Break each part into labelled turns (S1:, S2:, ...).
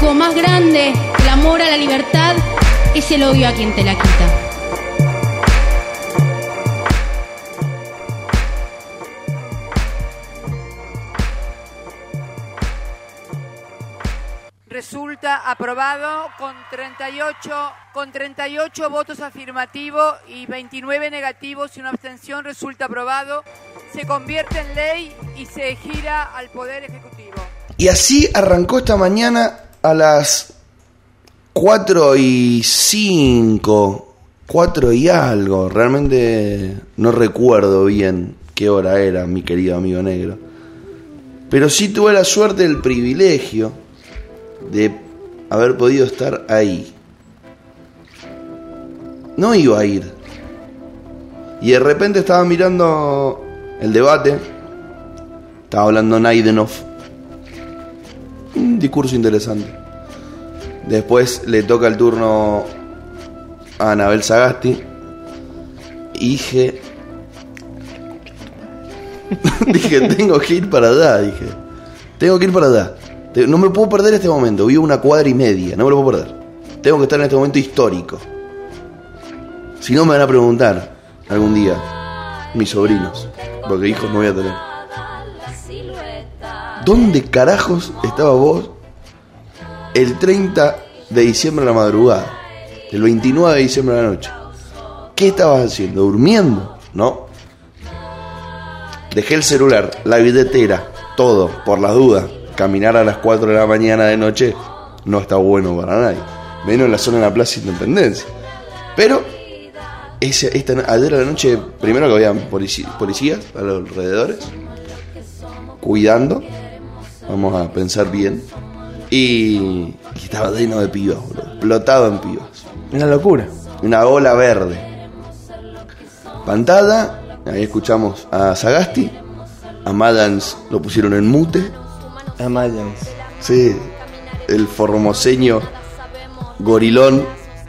S1: Como más grande que el amor a la libertad es el odio a quien te la quita.
S2: Resulta aprobado con 38, con 38 votos afirmativos y 29 negativos y una abstención. Resulta aprobado. Se convierte en ley y se gira al Poder Ejecutivo.
S3: Y así arrancó esta mañana a las 4 y 5, 4 y algo. Realmente no recuerdo bien qué hora era, mi querido amigo negro. Pero sí tuve la suerte, el privilegio de haber podido estar ahí. No iba a ir. Y de repente estaba mirando el debate. Estaba hablando Naidenov. Un discurso interesante. Después le toca el turno a Anabel Sagasti. Y dije. dije, tengo que ir para allá. Dije, tengo que ir para allá. Te- No me puedo perder este momento. Vivo una cuadra y media. No me lo puedo perder. Tengo que estar en este momento histórico. Si no, me van a preguntar algún día mis sobrinos. Porque hijos no voy a tener. ¿Dónde carajos estaba vos el 30 de diciembre a la madrugada? El 29 de diciembre a la noche. ¿Qué estabas haciendo? ¿Durmiendo? No. Dejé el celular, la billetera, todo, por las dudas. Caminar a las 4 de la mañana de noche no está bueno para nadie. Menos en la zona de la Plaza Independencia. Pero, ese, esta, ayer a la noche, primero que había polici- policías a los alrededores, cuidando. Vamos a pensar bien. Y, y estaba lleno de pibas, boludo. Explotado en pibas.
S4: Una locura.
S3: Una ola verde. Pantalla, ahí escuchamos a Sagasti. A Madans lo pusieron en mute.
S4: Amayans.
S3: Sí, el formoseño gorilón.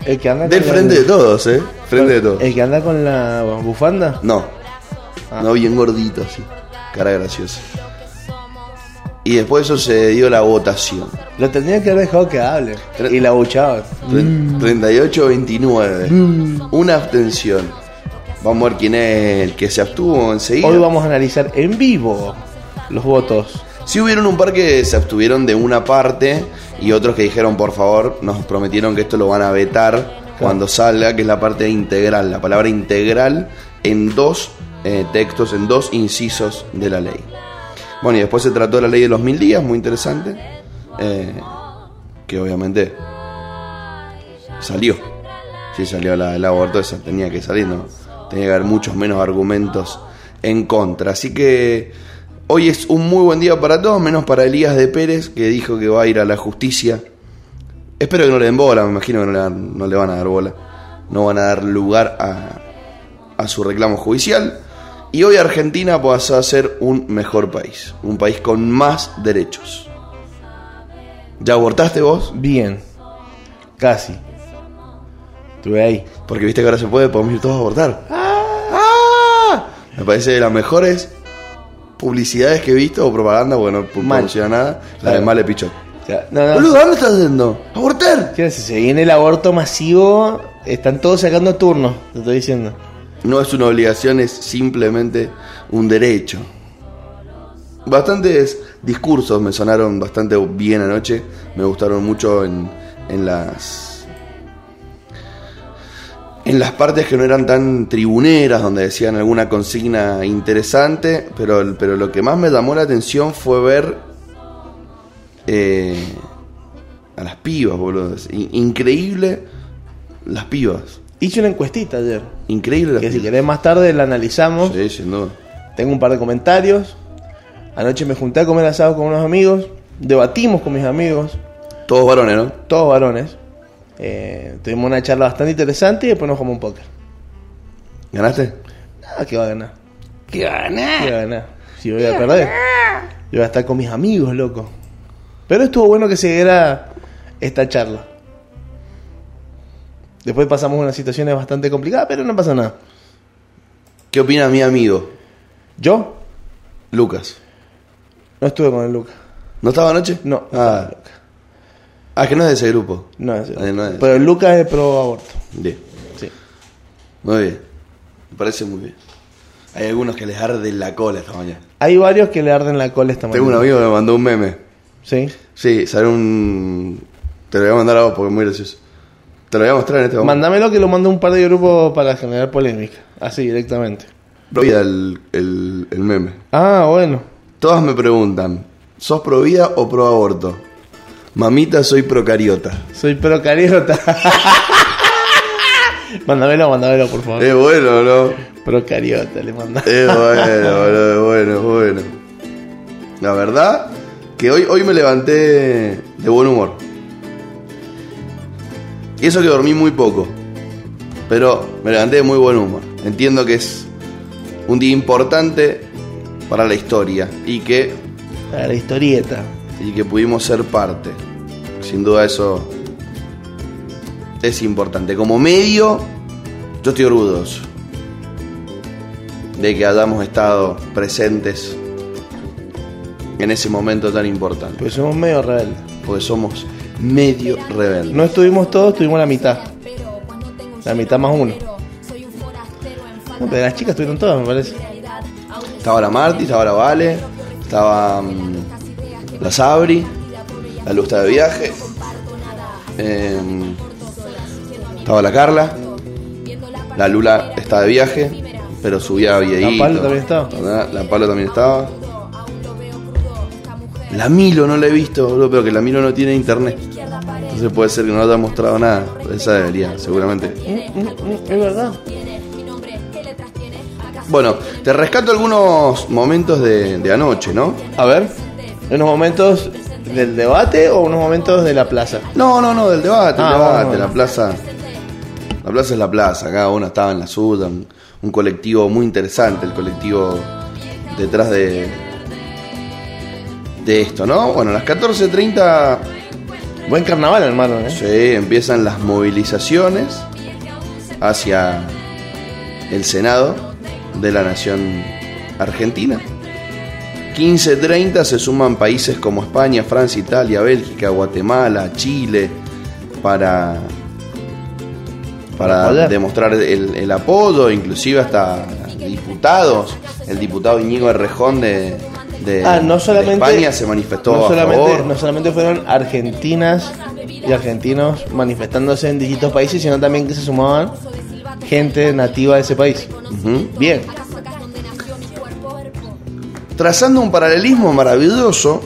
S4: El que anda
S3: Del
S4: con la-
S3: frente de todos, ¿eh? Frente de todos.
S4: El que anda con la bufanda.
S3: No. No, bien gordito así. Cara graciosa. Y después eso se dio la votación.
S4: Lo tendría que haber dejado que hable.
S3: Tre-
S4: Y la buchabas.
S3: Tre-
S4: Mm.
S3: 38-29. Una abstención. Vamos a ver quién es el que se abstuvo enseguida.
S4: Hoy vamos a analizar en vivo los votos.
S3: Sí hubieron un par que se abstuvieron de una parte y otros que dijeron, por favor, nos prometieron que esto lo van a vetar cuando salga, que es la parte integral, la palabra integral en dos eh, textos, en dos incisos de la ley. Bueno, y después se trató la ley de los mil días, muy interesante, eh, que obviamente salió. Sí salió la, el aborto, esa tenía que salir, ¿no? Tenía que haber muchos menos argumentos en contra. Así que hoy es un muy buen día para todos, menos para Elías de Pérez, que dijo que va a ir a la justicia. Espero que no le den bola, me imagino que no le, dan- no le van a dar bola. No van a dar lugar a, a su reclamo judicial. Y hoy Argentina pasa a ser un mejor país, un país con más derechos. ¿Ya abortaste vos?
S4: Bien. Casi. Estuve ahí.
S3: Porque viste que ahora se puede, podemos ir todos a abortar. ¡Ah! Me parece de las mejores publicidades que he visto o propaganda, porque no pu-
S4: Mal.
S3: publicidad nada, la
S4: Claro. Ah.
S3: de Male Pichot.
S4: O sea, no, no.
S3: Boludo, ¿a dónde estás yendo? ¡Abortar!
S4: Fíjate, si se viene el aborto masivo, están todos sacando turnos, te estoy diciendo.
S3: No es una obligación, es simplemente un derecho. Bastantes discursos me sonaron bastante bien anoche, me gustaron mucho en, en las. En las partes que no eran tan tribuneras, donde decían alguna consigna interesante, pero, el- pero lo que más me llamó la atención fue ver eh, a las pibas, boludo. Es in- Increíble las pibas.
S4: Hice una encuestita ayer,
S3: Increíble las
S4: que si
S3: pibas.
S4: querés más tarde la analizamos.
S3: Sí, sin duda.
S4: Tengo un par de comentarios. Anoche me junté a comer asado con unos amigos, debatimos con mis amigos,
S3: Todos varones, ¿no?
S4: todos varones. Eh, tuvimos una charla bastante interesante y después nos jugamos un póker.
S3: ¿Ganaste?
S4: Nada que va a ganar. ¿Qué va a ganar? va a ganar? Si voy a perder. Yo voy a estar con mis amigos, loco. Pero estuvo bueno que se diera esta charla. Después pasamos unas situaciones bastante complicadas, pero no pasa nada.
S3: ¿Qué opina mi amigo,
S4: Yo
S3: Lucas?
S4: no estuve con el Luca.
S3: ¿No estaba anoche?
S4: No, no
S3: Ah,
S4: estaba con el Luca.
S3: Ah, que no es de ese grupo.
S4: No es
S3: Ah, no es.
S4: Pero Lucas es pro aborto.
S3: Bien.
S4: Sí.
S3: Muy bien. Me parece muy bien. Hay algunos que les arde la cola esta mañana.
S4: Hay varios que le arden la cola esta mañana.
S3: Tengo un amigo que me mandó un meme.
S4: Sí.
S3: Sí, sale un. Te lo voy a mandar a vos porque es muy gracioso. Te lo voy a mostrar en este momento.
S4: Mándamelo que lo manda un par de grupos para generar polémica. Así directamente.
S3: Provida el, el, el meme.
S4: Ah, bueno.
S3: Todas me preguntan: ¿sos pro vida o pro aborto? Mamita, soy procariota.
S4: Soy procariota. mándamelo, mándamelo, por favor.
S3: Es bueno, ¿no?
S4: Procariota, le manda.
S3: Es bueno, boludo, es bueno, es bueno. La verdad que hoy, hoy me levanté de buen humor. Y eso que dormí muy poco. Pero me levanté de muy buen humor. Entiendo que es un día importante para la historia y que,
S4: Para la historieta.
S3: y que pudimos ser parte. Sin duda eso es importante. Como medio, yo estoy orgulloso de que hayamos estado presentes en ese momento tan importante.
S4: Pues somos medio rebeldes.
S3: Porque somos medio rebeldes.
S4: No estuvimos todos, estuvimos la mitad. La mitad más uno. No, pero las chicas estuvieron todas, me parece.
S3: Estaba la Marti, estaba la Vale, estaba mm, la Sabri, la Luz está de viaje, em, estaba la Carla, la Lula está de viaje, pero subía a
S4: La Palo también estaba.
S3: La Palo también estaba. La Milo no la he visto, boludo, pero que la Milo no tiene internet. Entonces puede ser que no haya mostrado nada. Esa debería, seguramente.
S4: Mm, mm, mm, Es verdad.
S3: Bueno, te rescato algunos momentos de, de anoche, ¿no?
S4: A ver, unos momentos del debate o unos momentos de la plaza.
S3: No, no, no, del debate,
S4: Ah,
S3: el debate,
S4: bueno.
S3: la plaza. La plaza es la plaza, cada uno estaba en la suya, un, un colectivo muy interesante, el colectivo detrás de de esto, ¿no? Bueno, a las 14:30
S4: Buen carnaval, hermano, ¿eh?
S3: sí, empiezan las movilizaciones hacia el Senado de la Nación Argentina. 15.30 se suman países como España, Francia, Italia, Bélgica, Guatemala, Chile, para, para
S4: Apoyar.
S3: demostrar el, el apoyo, inclusive hasta diputados. El diputado Íñigo Errejón de, de-
S4: Ah, no
S3: de
S4: solamente.
S3: España se manifestó
S4: no
S3: a
S4: solamente,
S3: favor.
S4: no solamente fueron argentinas y argentinos manifestándose en distintos países, sino también que se sumaban gente nativa de ese país.
S3: Ujú.
S4: Bien,
S3: Trazando un paralelismo maravilloso,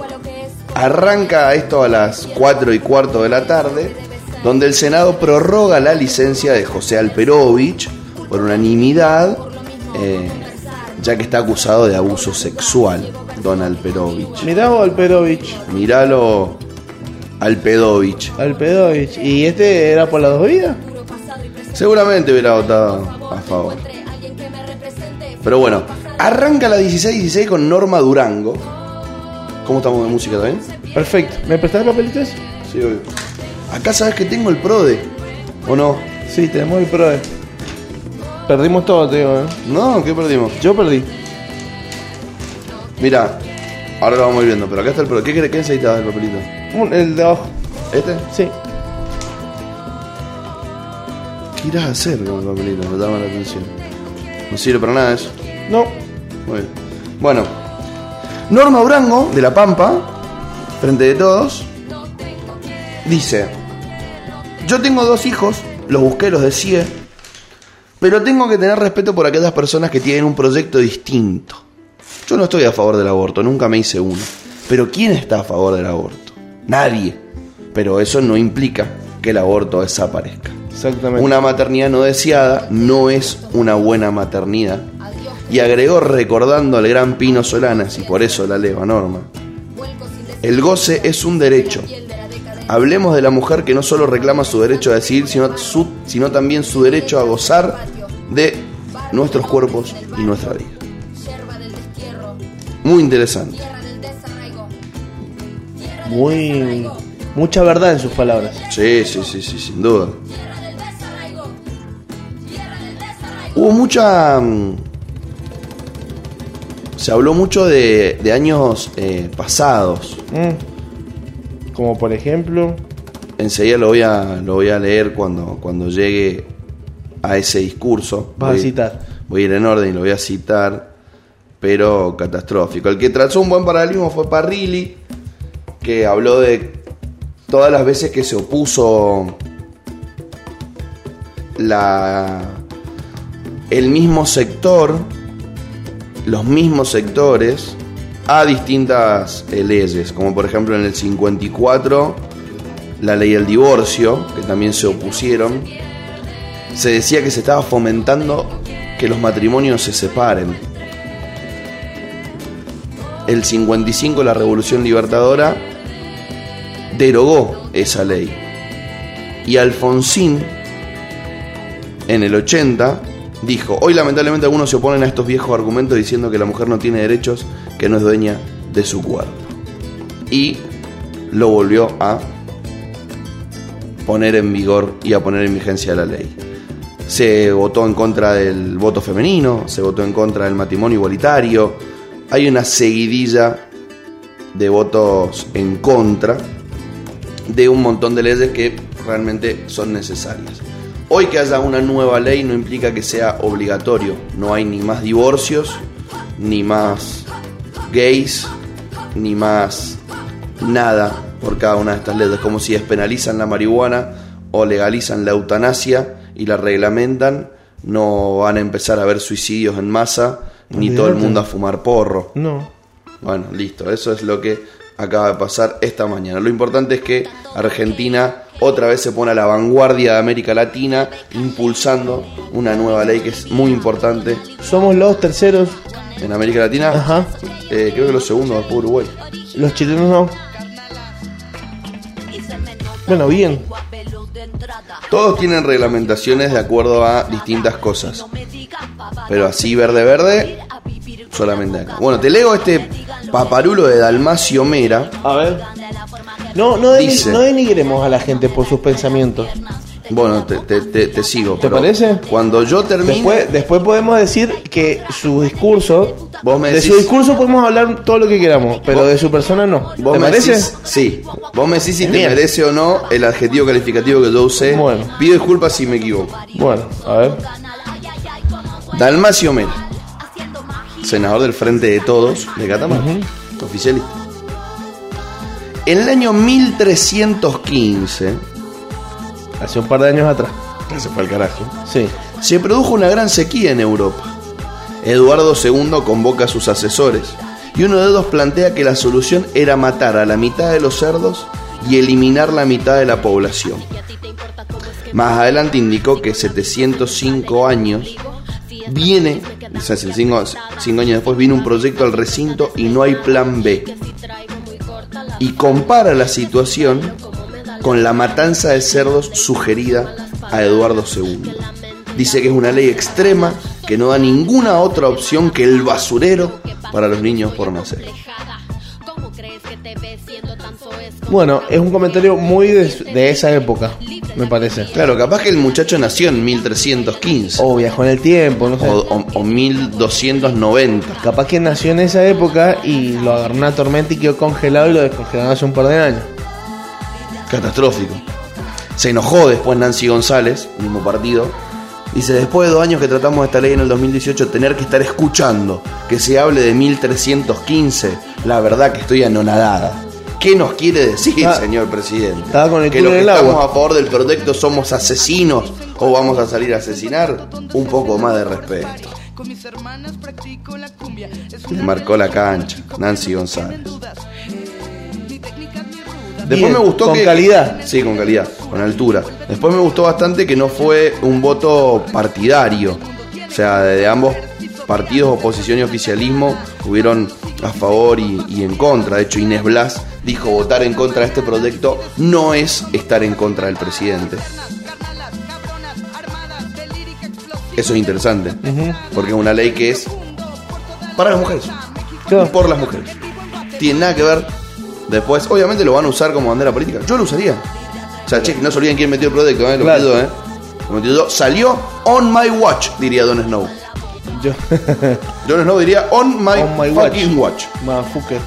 S3: arranca esto a las 4 y cuarto de la tarde, donde el Senado prorroga la licencia de José Alperovich por unanimidad, eh, ya que está acusado de abuso sexual, don Alperovich.
S4: mirá vos, Alperovich.
S3: Miralo, Alpedovich.
S4: Alperovich. ¿Y este era por las dos vidas?
S3: Seguramente hubiera votado a favor. Pero bueno, arranca la 16-16 con Norma Durango. ¿Cómo estamos de música también?
S4: Perfecto. ¿Me prestás el papelito ese?
S3: Sí, obvio. Acá sabes que tengo el PRODE. ¿O no?
S4: Sí, tenemos el PROE. Perdimos todo, te digo, ¿eh?
S3: No, ¿qué perdimos?
S4: Yo perdí.
S3: Mira, ahora lo vamos a ir viendo, pero acá está el PRODE. ¿Qué crees que necesitabas del papelito?
S4: Un- el de abajo.
S3: ¿Este?
S4: Sí.
S3: ¿Qué irás a hacer con el papelito? Me llama la atención. No sirve para nada eso.
S4: No.
S3: Muy bien. Bueno, Norma Durango, de La Pampa, frente de todos, dice: Yo tengo dos hijos, los busqué, los decía, pero tengo que tener respeto por aquellas personas que tienen un proyecto distinto. Yo no estoy a favor del aborto, nunca me hice uno. Pero ¿quién está a favor del aborto? Nadie. Pero eso no implica que el aborto desaparezca.
S4: Exactamente.
S3: Una maternidad no deseada no es una buena maternidad. Y agregó recordando al gran Pino Solanas, y por eso la leo a Norma. El goce es un derecho. Hablemos de la mujer que no solo reclama su derecho a decidir, sino, su- sino también su derecho a gozar de nuestros cuerpos y nuestra vida. Muy interesante.
S4: Muy. Mucha verdad en sus palabras.
S3: Sí, sí, sí, sí, sin duda. Hubo mucha... mm, Se habló mucho de, de años eh, pasados.
S4: Mm. Como por ejemplo.
S3: enseguida lo voy a, lo voy a leer cuando, cuando llegue a ese discurso.
S4: Vas a
S3: Voy-
S4: citar.
S3: Voy a ir en orden y lo voy a citar, pero catastrófico. El que trazó un buen paralelismo fue Parrilli, que habló de todas las veces que se opuso la, el mismo sector, los mismos sectores, a distintas eh, leyes, como por ejemplo en el 54, la ley del divorcio, que también se opusieron, se decía que se estaba fomentando que los matrimonios se separen. El 55, la Revolución Libertadora, derogó esa ley. Y Alfonsín, en el 80, dijo, hoy lamentablemente algunos se oponen a estos viejos argumentos diciendo que la mujer no tiene derechos, que no es dueña de su cuerpo. Y lo volvió a poner en vigor y a poner en vigencia la ley. Se votó en contra del voto femenino, se votó en contra del matrimonio igualitario. Hay una seguidilla de votos en contra de un montón de leyes que realmente son necesarias. Hoy que haya una nueva ley no implica que sea obligatorio. No hay ni más divorcios, ni más gays, ni más nada por cada una de estas leyes. Como si despenalizan la marihuana o legalizan la eutanasia y la reglamentan, no van a empezar a haber suicidios en masa, ni todo el
S4: Olvídate.
S3: mundo a fumar porro.
S4: No.
S3: Bueno, listo, eso es lo que acaba de pasar esta mañana. Lo importante es que Argentina otra vez se pone a la vanguardia de América Latina, impulsando una nueva ley que es muy importante
S4: Somos los terceros.
S3: en América Latina.
S4: Ajá.
S3: Eh, creo que lo segundo después Uruguay.
S4: Los chilenos no. Bueno, bien.
S3: Todos tienen reglamentaciones de acuerdo a distintas cosas. Pero así verde verde, solamente acá. Bueno, te leo este paparulo de Dalmacio Mera.
S4: A ver. No, no, deni-
S3: Dice.
S4: no denigremos a la gente por sus pensamientos.
S3: Bueno, te, te- te- te sigo.
S4: ¿Te
S3: pero
S4: parece?
S3: Cuando yo termine...
S4: Después, después podemos decir que su discurso.
S3: Vos me
S4: De
S3: decís-
S4: su discurso podemos hablar todo lo que queramos, pero
S3: Vos-
S4: de su persona no. ¿Te
S3: ¿Vos me
S4: parece?
S3: decís- sí. Vos me decís si te
S4: Bien.
S3: merece o no el adjetivo calificativo que yo usé.
S4: Bueno.
S3: Pido disculpas si me equivoco.
S4: Bueno, a ver.
S3: Dalmacio Mera, senador del Frente de Todos de Catamarca, oficialista. En el año 1315,
S4: Hace un par de años atrás.
S3: se fue al carajo,
S4: Sí.
S3: se produjo una gran sequía en Europa. Eduardo II convoca a sus asesores y uno de ellos plantea que la solución era matar a la mitad de los cerdos y eliminar la mitad de la población. Más adelante indicó que 705 años viene, o sea, cinco, cinco años después viene un proyecto al recinto y no hay plan B. Y compara la situación con la matanza de cerdos sugerida a Eduardo II. Dice que es una ley extrema que no da ninguna otra opción que el basurero para los niños por nacer.
S4: Bueno, es un comentario muy de, su- de esa época, me parece.
S3: Claro, capaz que el muchacho nació en 1315 o,
S4: O viajó en el tiempo, no sé.
S3: o- o 1290.
S4: Capaz que nació en esa época y lo agarró una tormenta y quedó congelado y lo descongelaron hace un par de años.
S3: catastrófico. Se enojó después Nancy González, mismo partido. Dice, después de dos años que tratamos esta ley en el 2018, tener que estar escuchando que se hable de 1315, la verdad que estoy anonadada. ¿Qué nos quiere decir,
S4: Ah,
S3: señor presidente?
S4: estaba con el
S3: que
S4: culo
S3: los que
S4: en el
S3: estamos
S4: agua.
S3: a favor del proyecto somos asesinos o vamos a salir a asesinar. Un poco más de respeto. Marcó la cancha, Nancy González. Después
S4: Bien,
S3: me gustó
S4: con
S3: que-
S4: calidad.
S3: Sí, con calidad, con altura. Después me gustó bastante que no fue un voto partidario. O sea, de, de ambos partidos, oposición y oficialismo, hubieron a favor y, y en contra. De hecho, Inés Blas dijo votar en contra de este proyecto no es estar en contra del presidente. Eso es interesante, porque es una ley que es para las mujeres
S4: Claro.
S3: por las mujeres. Tiene nada que ver. Después, obviamente lo van a usar como bandera política. Yo lo usaría. O sea, che, no se olviden quién metió el proyecto, ¿eh? Lo
S4: Claro.
S3: metió, ¿eh? Lo metió yo. Salió on my watch, diría Don Snow.
S4: Yo.
S3: Don Snow diría on my,
S4: On my
S3: fucking watch.
S4: Motherfucker.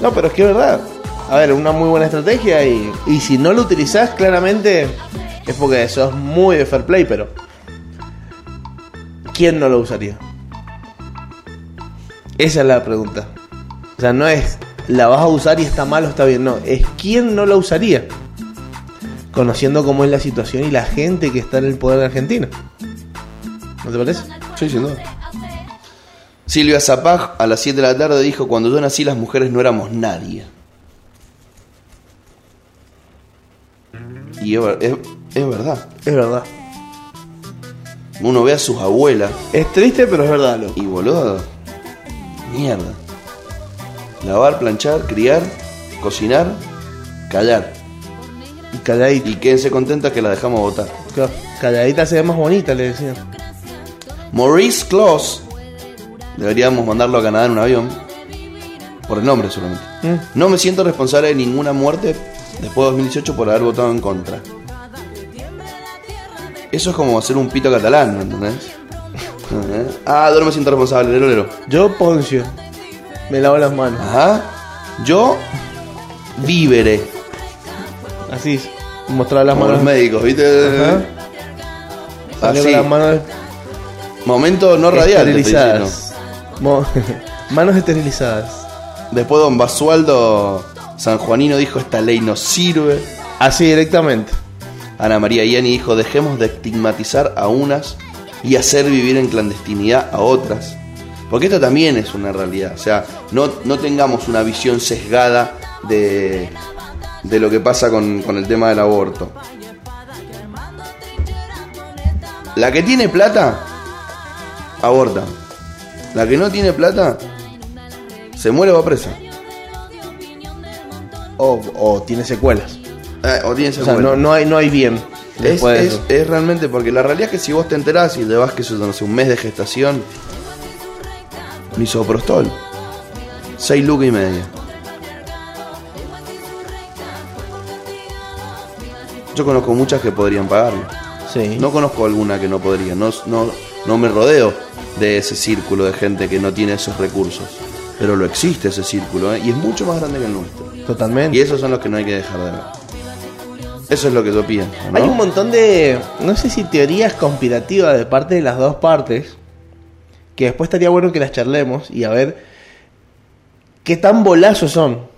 S4: No, pero es que es verdad. a ver, una muy buena estrategia y, y si no lo utilizás, claramente es porque sos muy de fair play, pero ¿quién no lo usaría? Esa es la pregunta. O sea, no es la vas a usar y está mal o está bien, no, es quién no la usaría. Conociendo cómo es la situación y la gente que está en el poder de Argentina. ¿No te parece?
S3: Sí, sin duda. Silvia Zapag a las 7 de la tarde dijo, cuando yo nací las mujeres no éramos nadie. Y es, ver- es- es verdad.
S4: Es verdad.
S3: Uno ve a sus abuelas
S4: Es triste, pero es verdad, loco.
S3: y boludo. Mierda. Lavar, planchar, criar, cocinar, callar.
S4: Y calladita.
S3: Y quédense contentas que la dejamos votar.
S4: claro, Calladita se ve más bonita, le decían.
S3: Maurice Claus. Deberíamos mandarlo a Canadá en un avión. Por el nombre solamente.
S4: Mm.
S3: No me siento responsable de ninguna muerte después de 2018 por haber votado en contra. Eso es como hacer un pito catalán, ¿me entendés? Ajá. Ah, yo no me siento responsable, lero, lero.
S4: Yo, Poncio, me lavo las manos.
S3: Ajá. Yo, vívere.
S4: Así, mostrar las
S3: Como los
S4: manos.
S3: médicos, ¿viste?
S4: Ajá. Salió
S3: Así.
S4: con las manos
S3: Momento no radial. te estoy diciendo.
S4: esterilizadas. Mo- manos esterilizadas.
S3: Después don Basualdo Sanjuanino dijo, esta ley no sirve.
S4: Así directamente.
S3: Ana María Yani dijo, dejemos de estigmatizar a unas y hacer vivir en clandestinidad a otras. Porque esto también es una realidad. O sea, no, no tengamos una visión sesgada de, de lo que pasa con, con el tema del aborto. La que tiene plata, aborta. La que no tiene plata, se muere o va presa.
S4: O, o tiene secuelas.
S3: Eh, o tiene
S4: O sea,
S3: secuela.
S4: no, no, hay, no hay bien.
S3: Es,
S4: Después de
S3: es-
S4: eso.
S3: es realmente porque la realidad es que si vos te enterás y llevas que eso no sé, un mes de gestación, misoprostol, 6 lucas y media. Yo conozco muchas que podrían pagarlo.
S4: Sí.
S3: No conozco alguna que no podría. No, no, no me rodeo de ese círculo de gente que no tiene esos recursos. Pero lo existe ese círculo ¿eh? y es mucho más grande que el nuestro.
S4: Totalmente.
S3: Y esos son los que no hay que dejar de ver. Eso es lo que yo pienso. ¿no?
S4: Hay un montón de, no sé si teorías conspirativas de parte de las dos partes, que después estaría bueno que las charlemos y a ver qué tan bolazos son.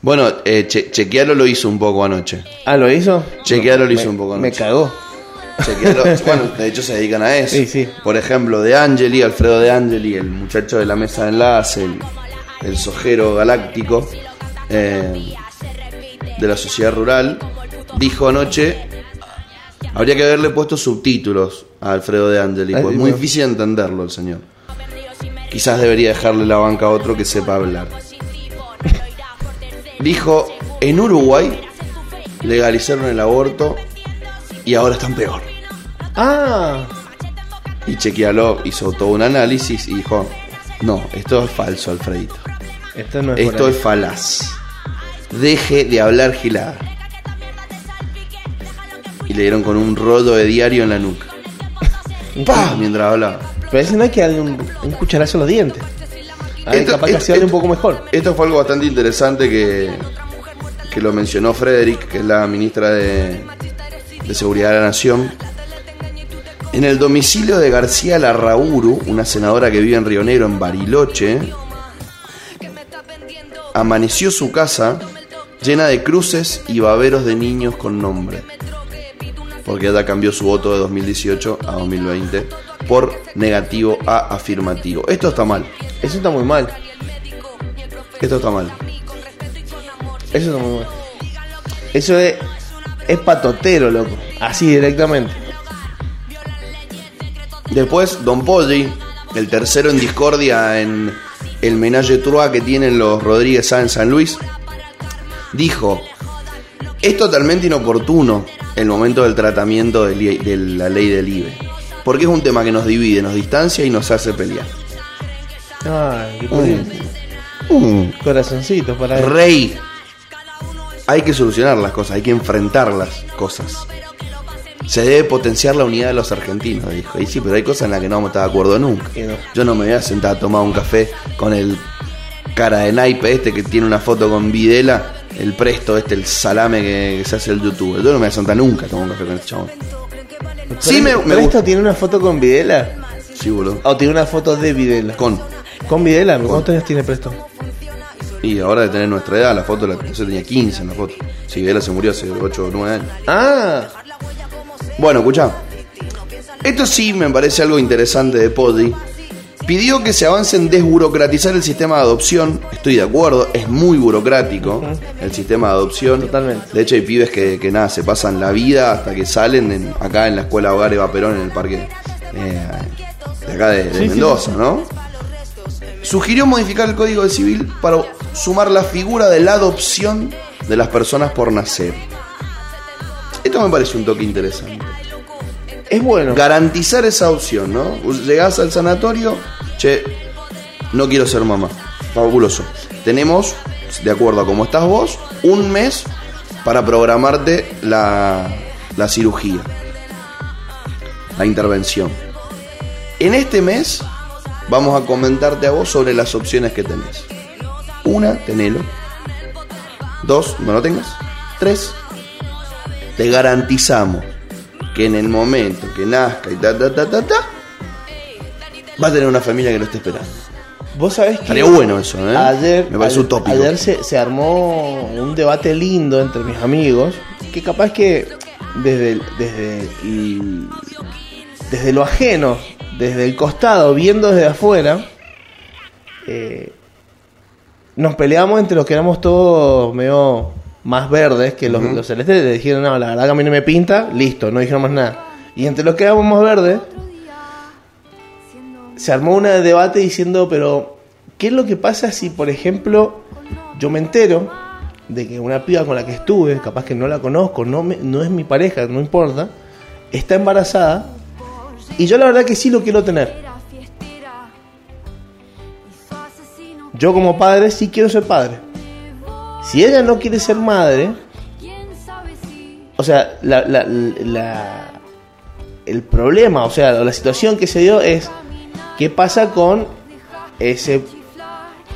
S3: Bueno, eh, Che- Chequealo lo hizo un poco anoche.
S4: Ah, ¿lo hizo?
S3: Chequealo lo
S4: Me-
S3: hizo un poco
S4: Me
S3: anoche.
S4: cagó.
S3: Chequealo, bueno, de hecho se dedican a eso.
S4: Sí, sí.
S3: Por ejemplo, De Angeli, Alfredo De Angeli, el muchacho de la mesa de enlace, el, el sojero galáctico eh, de la sociedad rural, dijo anoche. Habría que haberle puesto subtítulos a Alfredo De Angeli,
S4: Ay,
S3: pues es muy
S4: Dios.
S3: difícil entenderlo el señor. Quizás debería dejarle la banca a otro que sepa hablar. Dijo, en Uruguay legalizaron el aborto y ahora están peor.
S4: Ah,
S3: Y Chequialó hizo todo un análisis y dijo, no, esto es falso, Alfredito.
S4: esto no es
S3: Esto es falaz. Deje de hablar gilada. Y le dieron con un rollo de diario en la nuca. ¡Pah! Mientras hablaba.
S4: Parece no hay que darle un, un cucharazo a los dientes. A ver,
S3: Esto-
S4: Ah, capaz que
S3: esto-
S4: así hable un
S3: esto-
S4: poco mejor.
S3: Esto fue algo bastante interesante que, que lo mencionó Frederick, que es la ministra de, de Seguridad de la Nación. En el domicilio de García Larrauru, una senadora que vive en Río Negro, en Bariloche, amaneció su casa llena de cruces y baberos de niños con nombre. Porque ella cambió su voto de 2018 a 2020 por negativo a afirmativo. Esto está mal.
S4: Eso está muy mal.
S3: Esto está mal.
S4: Eso está muy mal. Eso es, es patotero, loco. Así directamente.
S3: Después, Don Polly, el tercero en discordia en el menaje Trua que tienen los Rodríguez Sá en San Luis, dijo: Es totalmente inoportuno el momento del tratamiento del IE de la ley del IBE, porque es un tema que nos divide, nos distancia y nos hace pelear.
S4: Ay, qué curioso.
S3: Mm.
S4: Corazoncitos para él.
S3: Rey, hay que solucionar las cosas, hay que enfrentar las cosas. Se debe potenciar la unidad de los argentinos, dijo. Y sí, pero hay cosas en las que no vamos a estar de acuerdo nunca.
S4: Y no.
S3: Yo no me voy a sentar a tomar un café con el cara de naipe este que tiene una foto con Videla el presto, este, el salame que, que se hace el youtuber. Yo no me santa nunca tomar un café con este chabón. Sí, me, me
S4: ¿Presto
S3: gusta.
S4: tiene una foto con Videla?
S3: Sí, boludo. Ah,
S4: ¿O tiene una foto de Videla?
S3: Con.
S4: ¿Con Videla? ¿Cuántos años tiene Presto?
S3: Y ahora de tener nuestra edad, la foto, la, yo tenía 15 en la foto. Si Videla se murió hace 8 o 9 años.
S4: Ah,
S3: Bueno, escuchá. Esto sí me parece algo interesante de Podi. Pidió que se avance en desburocratizar el sistema de adopción. Estoy de acuerdo, es muy burocrático el sistema de adopción.
S4: Totalmente.
S3: De hecho, hay pibes que, que nada, se pasan la vida hasta que salen en- acá en la escuela Hogar Eva Perón, en el parque eh, de acá de, de
S4: sí,
S3: Mendoza, ¿no? Sugirió modificar el Código Civil para sumar la figura de la adopción de las personas por nacer. Esto me parece un toque interesante
S4: es bueno.
S3: garantizar esa opción, ¿no? Llegás al sanatorio, che, no quiero ser mamá. Fabuloso. Tenemos, de acuerdo a cómo estás vos, un mes para programarte la, la cirugía, la intervención. En este mes vamos a comentarte a vos sobre las opciones que tenés. Una, tenelo. Dos, no lo tengas. Tres, te garantizamos que en el momento que nazca y ta ta ta ta ta va a tener una familia que lo esté esperando.
S4: Vos sabés que.
S3: Estaría bueno eso, ¿eh?
S4: Ayer,
S3: Me parece
S4: ayer-
S3: utópico.
S4: ayer se, se armó un debate lindo entre mis amigos. Que capaz que desde, el- desde, el- desde lo ajeno, desde el costado, viendo desde afuera, eh, nos peleamos entre los que éramos todos medio más verdes que los, los celestes. Le dijeron, no, la verdad que a mí no me pinta, listo, no dijeron más nada. Y entre los que éramos más verdes, se armó un debate diciendo, pero, ¿qué es lo que pasa si, por ejemplo, yo me entero de que una piba con la que estuve, capaz que no la conozco, no, me- no es mi pareja, no importa, está embarazada, y yo la verdad que sí lo quiero tener. Yo como padre sí quiero ser padre. Si ella no quiere ser madre, o sea, la- la- la, el problema, o sea, la situación que se dio es qué pasa con ese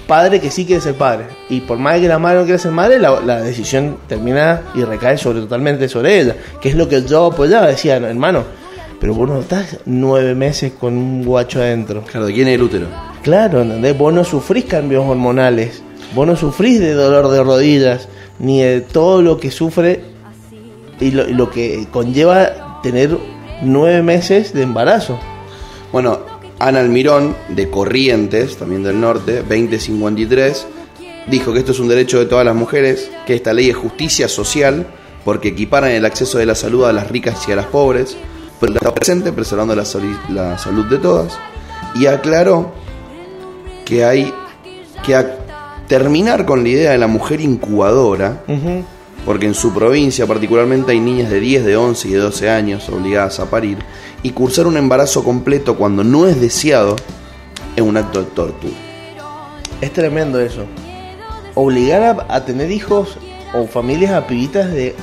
S4: padre que sí quiere ser padre. Y por más que la madre no quiera ser madre, la, la decisión termina y recae sobre totalmente sobre ella. Que es lo que yo apoyaba, decía, "No, hermano, pero vos no estás nueve meses con un guacho adentro.
S3: Claro, ¿de quién es el útero?
S4: Claro, ¿entendés? Vos no sufrís cambios hormonales, vos no sufrís de dolor de rodillas, ni de todo lo que sufre y lo, y lo que conlleva tener nueve meses de embarazo.
S3: Bueno, Ana Almirón, de Corrientes, también del norte, 2053, dijo que esto es un derecho de todas las mujeres, que esta ley es justicia social, porque equiparan el acceso de la salud a las ricas y a las pobres, pero está presente, preservando la, soli- la salud de todas, y aclaró que hay que ac- terminar con la idea de la mujer incubadora, porque en su provincia particularmente hay niñas de 10, de 11 y de 12 años obligadas a parir, y cursar un embarazo completo cuando no es deseado es un acto de tortura.
S4: Es tremendo eso. Obligar a, a tener hijos o familias a pibitas de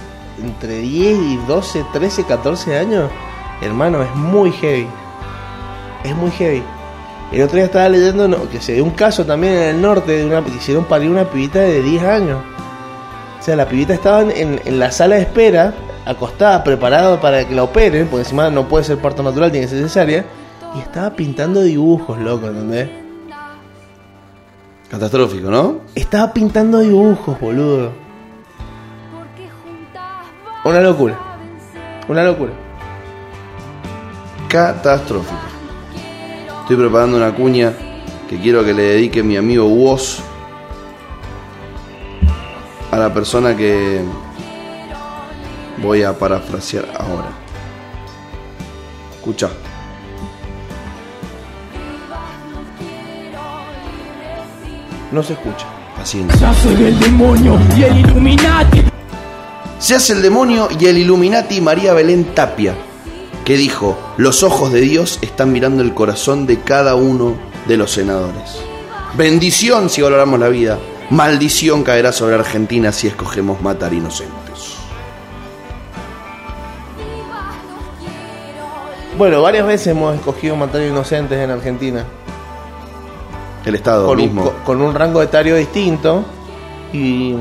S4: entre 10 y 12, 13, 14 años, hermano, es muy heavy. Es muy heavy. El otro día estaba leyendo no, que se dio un caso también en el norte de una que hicieron parir una pibita de 10 años. O sea, la pibita estaba en, en la sala de espera, acostada, preparada para que la operen, porque encima no puede ser parto natural, tiene que ser cesárea, y estaba pintando dibujos, loco, ¿entendés?
S3: Catastrófico, ¿no?
S4: Estaba pintando dibujos, boludo. Una locura. Una locura.
S3: Catastrófico. Estoy preparando una cuña que quiero que le dedique mi amigo Woz a la persona que voy a parafrasear ahora. Escucha.
S4: No se escucha.
S3: Paciencia.
S5: Ya soy el demonio y el Illuminati.
S3: Se hace el demonio y el Illuminati María Belén Tapia, que dijo, los ojos de Dios están mirando el corazón de cada uno de los senadores. Bendición si valoramos la vida, maldición caerá sobre Argentina si escogemos matar inocentes.
S4: Bueno, varias veces hemos escogido matar inocentes en Argentina.
S3: El Estado
S4: Con un,
S3: mismo.
S4: co- con un rango etario distinto. Y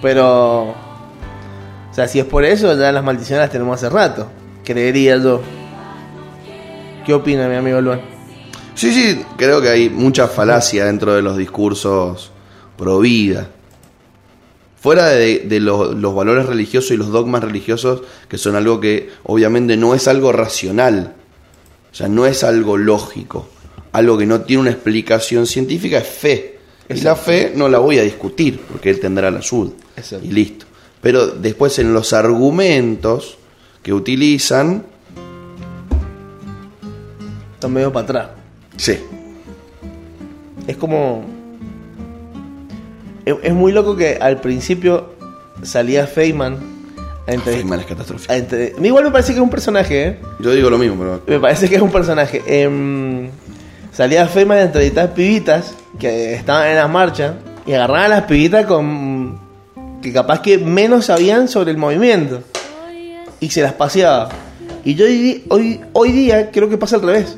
S4: Pero. O sea, si es por eso, ya las maldiciones las tenemos hace rato. Creería yo. ¿Qué opina mi amigo Luan?
S3: Sí, sí, creo que hay mucha falacia dentro de los discursos pro vida. Fuera de, de lo- los valores religiosos y los dogmas religiosos, que son algo que obviamente no es algo racional, o sea, no es algo lógico, algo que no tiene una explicación científica, es fe. Y la fe no la voy a discutir, porque él tendrá la suya.
S4: Exacto.
S3: Y listo. Pero después en los argumentos que utilizan,
S4: Está medio para atrás.
S3: sí,
S4: Es como. Es, es muy loco que al principio salía Feynman a entrevistar.
S3: Feynman es catastrófico.
S4: a Ah, entre- a mí Igual me parece que es un personaje, ¿eh?
S3: Yo digo lo mismo, pero
S4: Me parece que es un personaje. Em, salía Feynman a entrevistar pibitas que estaban en las marchas y agarraban a las pibitas con. que capaz que menos sabían sobre el movimiento. Y se las paseaba. Y yo hoy, hoy, hoy día creo que pasa al revés.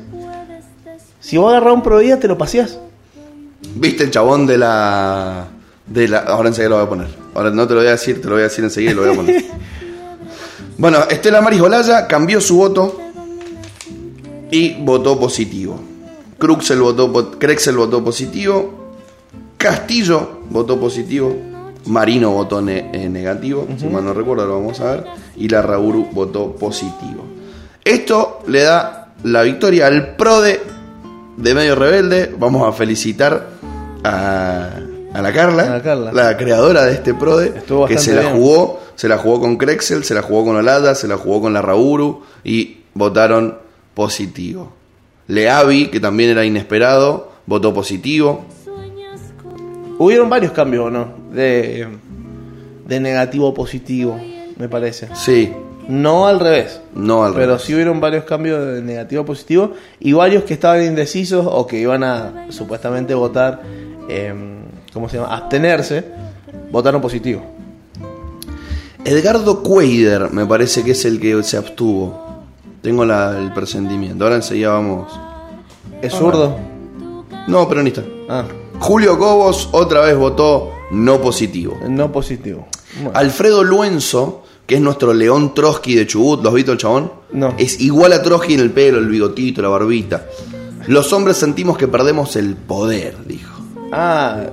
S4: Si vos agarrás un proveedor, te lo paseás.
S3: ¿Viste el chabón de la. de la. Ahora enseguida lo voy a poner. Ahora no te lo voy a decir, te lo voy a decir enseguida y lo voy a poner. bueno, Estela Maris Golaya cambió su voto y votó positivo. Cruxel votó, po- Crexel votó positivo. Castillo votó positivo. Marino votó ne- eh, negativo, si mal no recuerdo, lo vamos a ver. Y la Rauru votó positivo. Esto le da la victoria al PRODE de Medio Rebelde. Vamos a felicitar a, a la Carla,
S4: A la Carla.
S3: creadora de este PRODE,
S4: Estuvo
S3: que se
S4: bastante
S3: la
S4: bien.
S3: jugó, se la jugó con Crexel, se la jugó con Olada, se la jugó con la Rauru y votaron positivo. Leavi, que también era inesperado, votó positivo.
S4: Hubieron varios cambios, ¿o ¿no? De, de negativo a positivo, me parece.
S3: Sí,
S4: No al revés.
S3: no al
S4: Pero
S3: revés.
S4: sí hubieron varios cambios de negativo a positivo y varios que estaban indecisos o que iban a supuestamente votar, em, ¿cómo se llama? Abstenerse, votaron positivo.
S3: Edgardo Cueider me parece que es el que se abstuvo. Tengo la- el presentimiento. Ahora enseguida vamos. Ah.
S4: ¿Es zurdo?
S3: No, peronista.
S4: Ah,
S3: Julio Cobos otra vez votó no positivo.
S4: no positivo. Bueno,
S3: Alfredo Luenzo, que es nuestro León Trotsky de Chubut, ¿los viste el chabón?
S4: No.
S3: Es igual a Trotsky en el pelo, el bigotito, la barbita. Los hombres sentimos que perdemos el poder, dijo.
S4: Ah,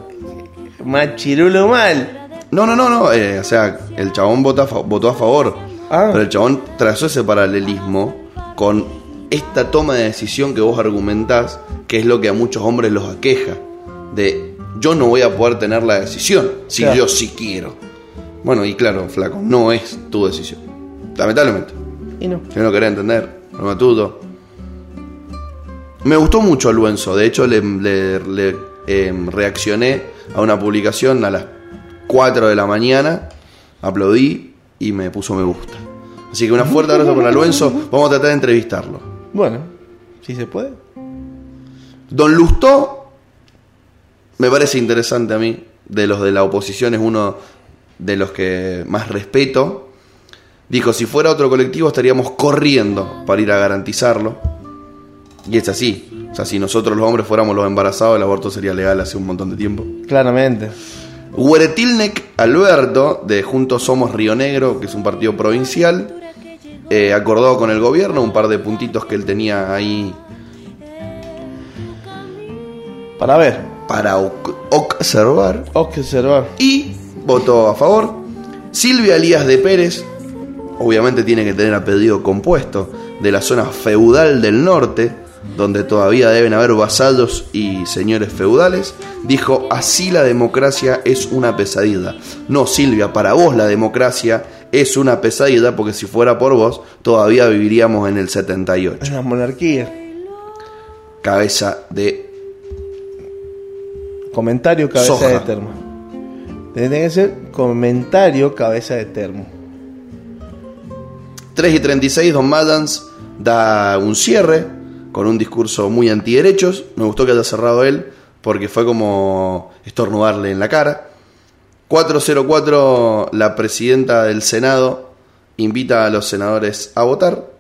S4: machirulo mal.
S3: No, no, no, no. eh, o sea, el chabón vota a fa- votó a favor.
S4: Ah.
S3: Pero el chabón trazó ese paralelismo con esta toma de decisión que vos argumentás, que es lo que a muchos hombres los aqueja. De yo no voy a poder tener la decisión si
S4: Claro.
S3: yo sí quiero. Bueno, y claro, flaco, no es tu decisión. Lamentablemente.
S4: Y no.
S3: Si no querés entender, no matuto. Me gustó mucho a Luenzo. De hecho, le, le- le, em, reaccioné a una publicación a las 4 de la mañana. Aplaudí y me puso me gusta. Así que una fuerte abrazo para Luenzo. Vamos a tratar de entrevistarlo.
S4: Bueno, si se puede.
S3: Don Lustó me parece interesante a mí. De los de la oposición es uno de los que más respeto. Dijo, si fuera otro colectivo estaríamos corriendo para ir a garantizarlo. Y es así. O sea, si nosotros los hombres fuéramos los embarazados, el aborto sería legal hace un montón de tiempo.
S4: Claramente.
S3: Hueretilnec Alberto, de Juntos Somos Río Negro, que es un partido provincial, eh, acordó con el gobierno un par de puntitos que él tenía ahí
S4: Para ver,
S3: para oc- observar.
S4: observar.
S3: y votó a favor. Silvia Elías de Pérez, obviamente tiene que tener apellido compuesto, de la zona feudal del norte, donde todavía deben haber vasallos y señores feudales, dijo, así la democracia es una pesadilla. No, Silvia, para vos la democracia es una pesadilla, porque si fuera por vos, todavía viviríamos en el 78.
S4: Las monarquías.
S3: Cabeza de...
S4: Comentario cabeza
S3: Soja.
S4: de termo. Tiene que ser comentario cabeza de termo.
S3: 3 y 36, Don Maddans da un cierre con un discurso muy antiderechos. Me gustó que haya cerrado él porque fue como estornudarle en la cara. 404, la presidenta del Senado invita a los senadores a votar.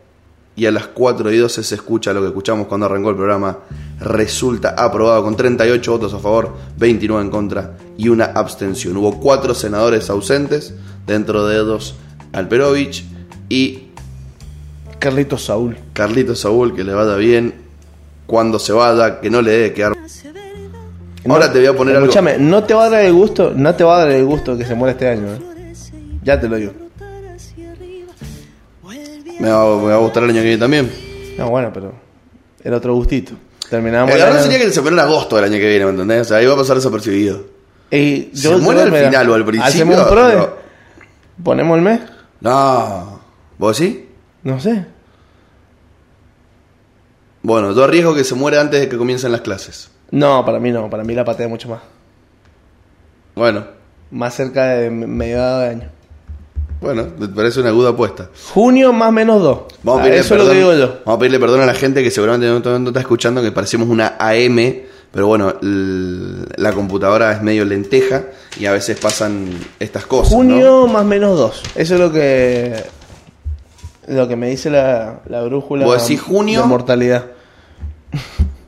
S3: y a las 4 y 12 se escucha lo que escuchamos cuando arrancó el programa. Resulta aprobado con 38 votos a favor, 29 en contra y una abstención. Hubo cuatro senadores ausentes, dentro de dos Alperovich y
S4: Carlitos Saúl.
S3: Carlito Saúl, que le vaya bien cuando se vaya, que no le debe quedar. Ahora
S4: No,
S3: te voy a poner algo.
S4: Escúchame, no te va a dar el gusto, no te va a dar el gusto que se muera este año. ¿eh? Ya te lo digo.
S3: Me va, me va a gustar el año que viene también.
S4: No, bueno, pero era otro gustito. Terminábamos.
S3: El
S4: la-
S3: error sería que se muera en agosto del año que viene, ¿me entendés? O sea, ahí va a pasar desapercibido.
S4: Ey,
S3: Se
S4: yo-
S3: muere
S4: yo-
S3: al
S4: mira,
S3: final o al principio.
S4: Hacemos un pro de-
S3: pero-
S4: Ponemos el mes.
S3: No. ¿Vos sí?
S4: No sé.
S3: Bueno, yo arriesgo que se muera antes de que comiencen las clases.
S4: No, para mí no. Para mí la patea mucho más.
S3: Bueno,
S4: Más cerca de me- mediados de año.
S3: bueno, me parece una aguda apuesta.
S4: Junio más menos dos.
S3: Vamos a
S4: Ah,
S3: pedirle
S4: Eso es
S3: perdón,
S4: lo que digo yo.
S3: Vamos a pedirle perdón a la gente que seguramente no, no- no está escuchando que parecemos una AM, pero bueno, l- la computadora es medio lenteja y a veces pasan estas cosas. ¿no?
S4: Junio más menos dos. Eso es lo que. Lo que me dice la, la brújula.
S3: ¿Vos decís junio?
S4: De mortalidad.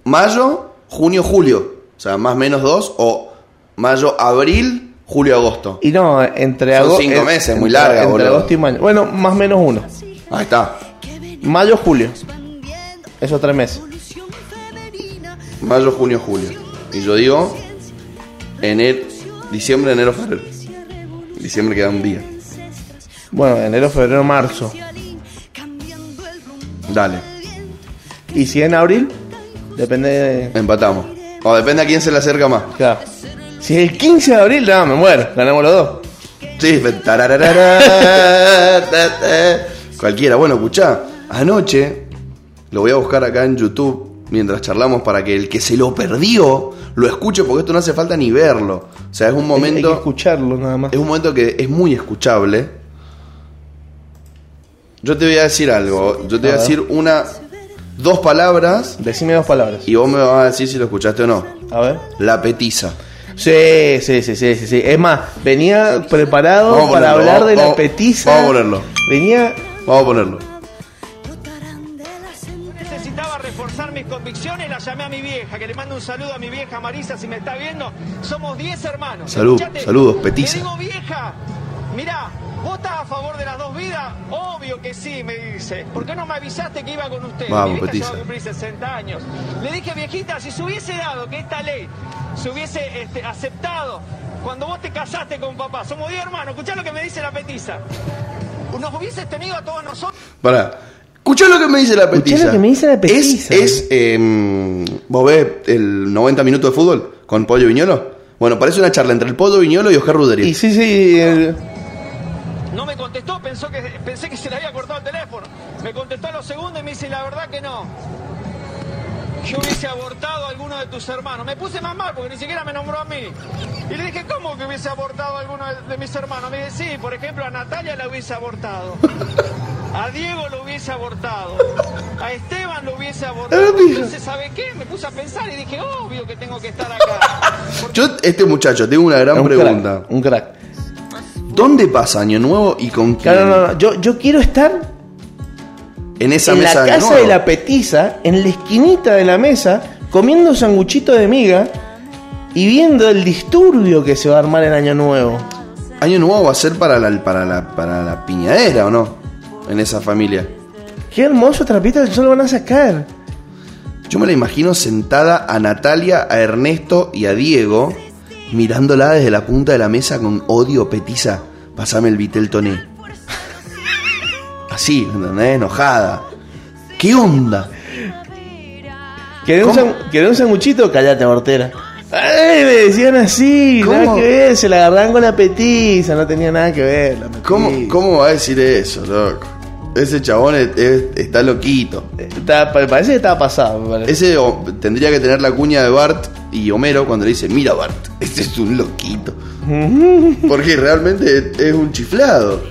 S3: Mayo, junio, julio. O sea, más menos dos. O mayo, abril, julio, agosto.
S4: Y no, entre
S3: Son
S4: agosto. eh,
S3: cinco meses, muy larga,
S4: Entre
S3: boludo.
S4: agosto y mayo. Bueno, más menos uno.
S3: Ahí está.
S4: Mayo, julio. Esos tres meses.
S3: Mayo, junio, julio. Y yo digo, enero, diciembre, enero, febrero. Diciembre queda un día.
S4: Bueno, enero, febrero, marzo.
S3: Dale,
S4: Y si en abril, depende de.
S3: empatamos. O depende a quién se le acerca más.
S4: Claro. Si es el 15 de abril, no, me muero. Ganamos los dos.
S3: Sí, fe- tararara, ta, ta. Cualquiera. Bueno, escuchá, anoche lo voy a buscar acá en YouTube mientras charlamos para que el que se lo perdió lo escuche porque esto no hace falta ni verlo. O sea, es un
S4: Hay- Hay que
S3: momento,
S4: escucharlo nada más.
S3: es un momento que es muy escuchable. Yo te voy a decir algo. Yo te voy a
S4: A ver.
S3: decir una, dos palabras
S4: Decime dos palabras.
S3: y vos me vas a decir si lo escuchaste o no.
S4: A ver.
S3: La petiza.
S4: Sí, sí, sí, sí, sí, sí. Es más, venía preparado
S3: Vamos a
S4: para
S3: ponerlo,
S4: hablar de la
S3: vamos-
S4: petiza.
S3: vamos a ponerlo.
S4: Venía.
S3: Vamos a ponerlo.
S6: Necesitaba reforzar mis convicciones, la llamé a mi vieja, que le mando un saludo a mi vieja Marisa, si me está viendo. Somos 10 hermanos.
S3: Salud,
S6: Escuchate.
S3: saludos, petiza.
S6: Le digo, vieja, mirá, ¿vos estás a favor de las dos vidas? Obvio que sí, me dice. ¿Por qué no me avisaste que iba con usted?
S3: Vamos,
S6: mi vieja
S3: petiza.
S6: ya va a cumplir 60 años. Le dije, viejita, si se hubiese dado que esta ley se hubiese este, aceptado cuando vos te casaste con papá, somos 10 hermanos, escuchá lo que me dice la petiza. Nos hubieses tenido a todos nosotros.
S3: Pará. Escuchá lo que me dice la
S4: Escuchá
S3: petiza.
S4: lo que me dice la petiza.
S3: Es, es em, vos ves el 90 minutos de fútbol con Pollo Viñolo. Bueno, parece una charla entre el Pollo Viñolo y Oscar Rudería.
S4: Y sí, sí. el-
S6: No me contestó, pensó que, pensé que se le había cortado el teléfono. Me contestó a los segundos y me dice, la verdad que no. Yo hubiese abortado a alguno de tus hermanos. Me puse más mal porque ni siquiera me nombró a mí. Y le dije, ¿cómo que hubiese abortado a alguno de, de mis hermanos? Me dice, sí, por ejemplo, a Natalia la hubiese abortado. A Diego lo hubiese abortado. A Esteban lo hubiese abortado. Entonces, ¿sabe qué? Me puse a pensar y dije, obvio que tengo que estar acá.
S3: Yo, este muchacho, tengo una gran
S4: un
S3: pregunta.
S4: Crack, un crack.
S3: ¿Dónde pasa Año Nuevo y con quién?
S4: Claro, no, no. Yo, yo quiero estar
S3: En esa
S4: en la
S3: mesa de Año
S4: casa
S3: Nuevo.
S4: de la petiza, en la esquinita de la mesa, comiendo un sanguchito de miga y viendo el disturbio que se va a armar en Año Nuevo.
S3: Año Nuevo va a ser para la, para la, para la piñadera, ¿o no? En esa familia.
S4: Qué hermoso trapito que solo van a sacar.
S3: Yo me la imagino sentada a Natalia, a Ernesto y a Diego, mirándola desde la punta de la mesa con odio petiza. Pasame el vitel toné. Así, ¿entendés? Enojada. ¿Qué onda?
S4: ¿Querés un,
S3: ¿Cómo?
S4: san- querés un sanguchito? Callate, Bortera. ¡Ay! Me decían así, nada
S3: ¿Cómo?
S4: que ver, se la agarraban con la petiza, no tenía nada que ver. la petiza. Eh,
S3: ¿Cómo, ¿Cómo va a decir eso, loco? Ese chabón es- es- está loquito.
S4: Está- pa- parece que estaba pasado, me parece.
S3: Ese o- tendría que tener la cuña de Bart y Homero cuando le dice, mira Bart, este es un loquito. Porque realmente es- es un chiflado.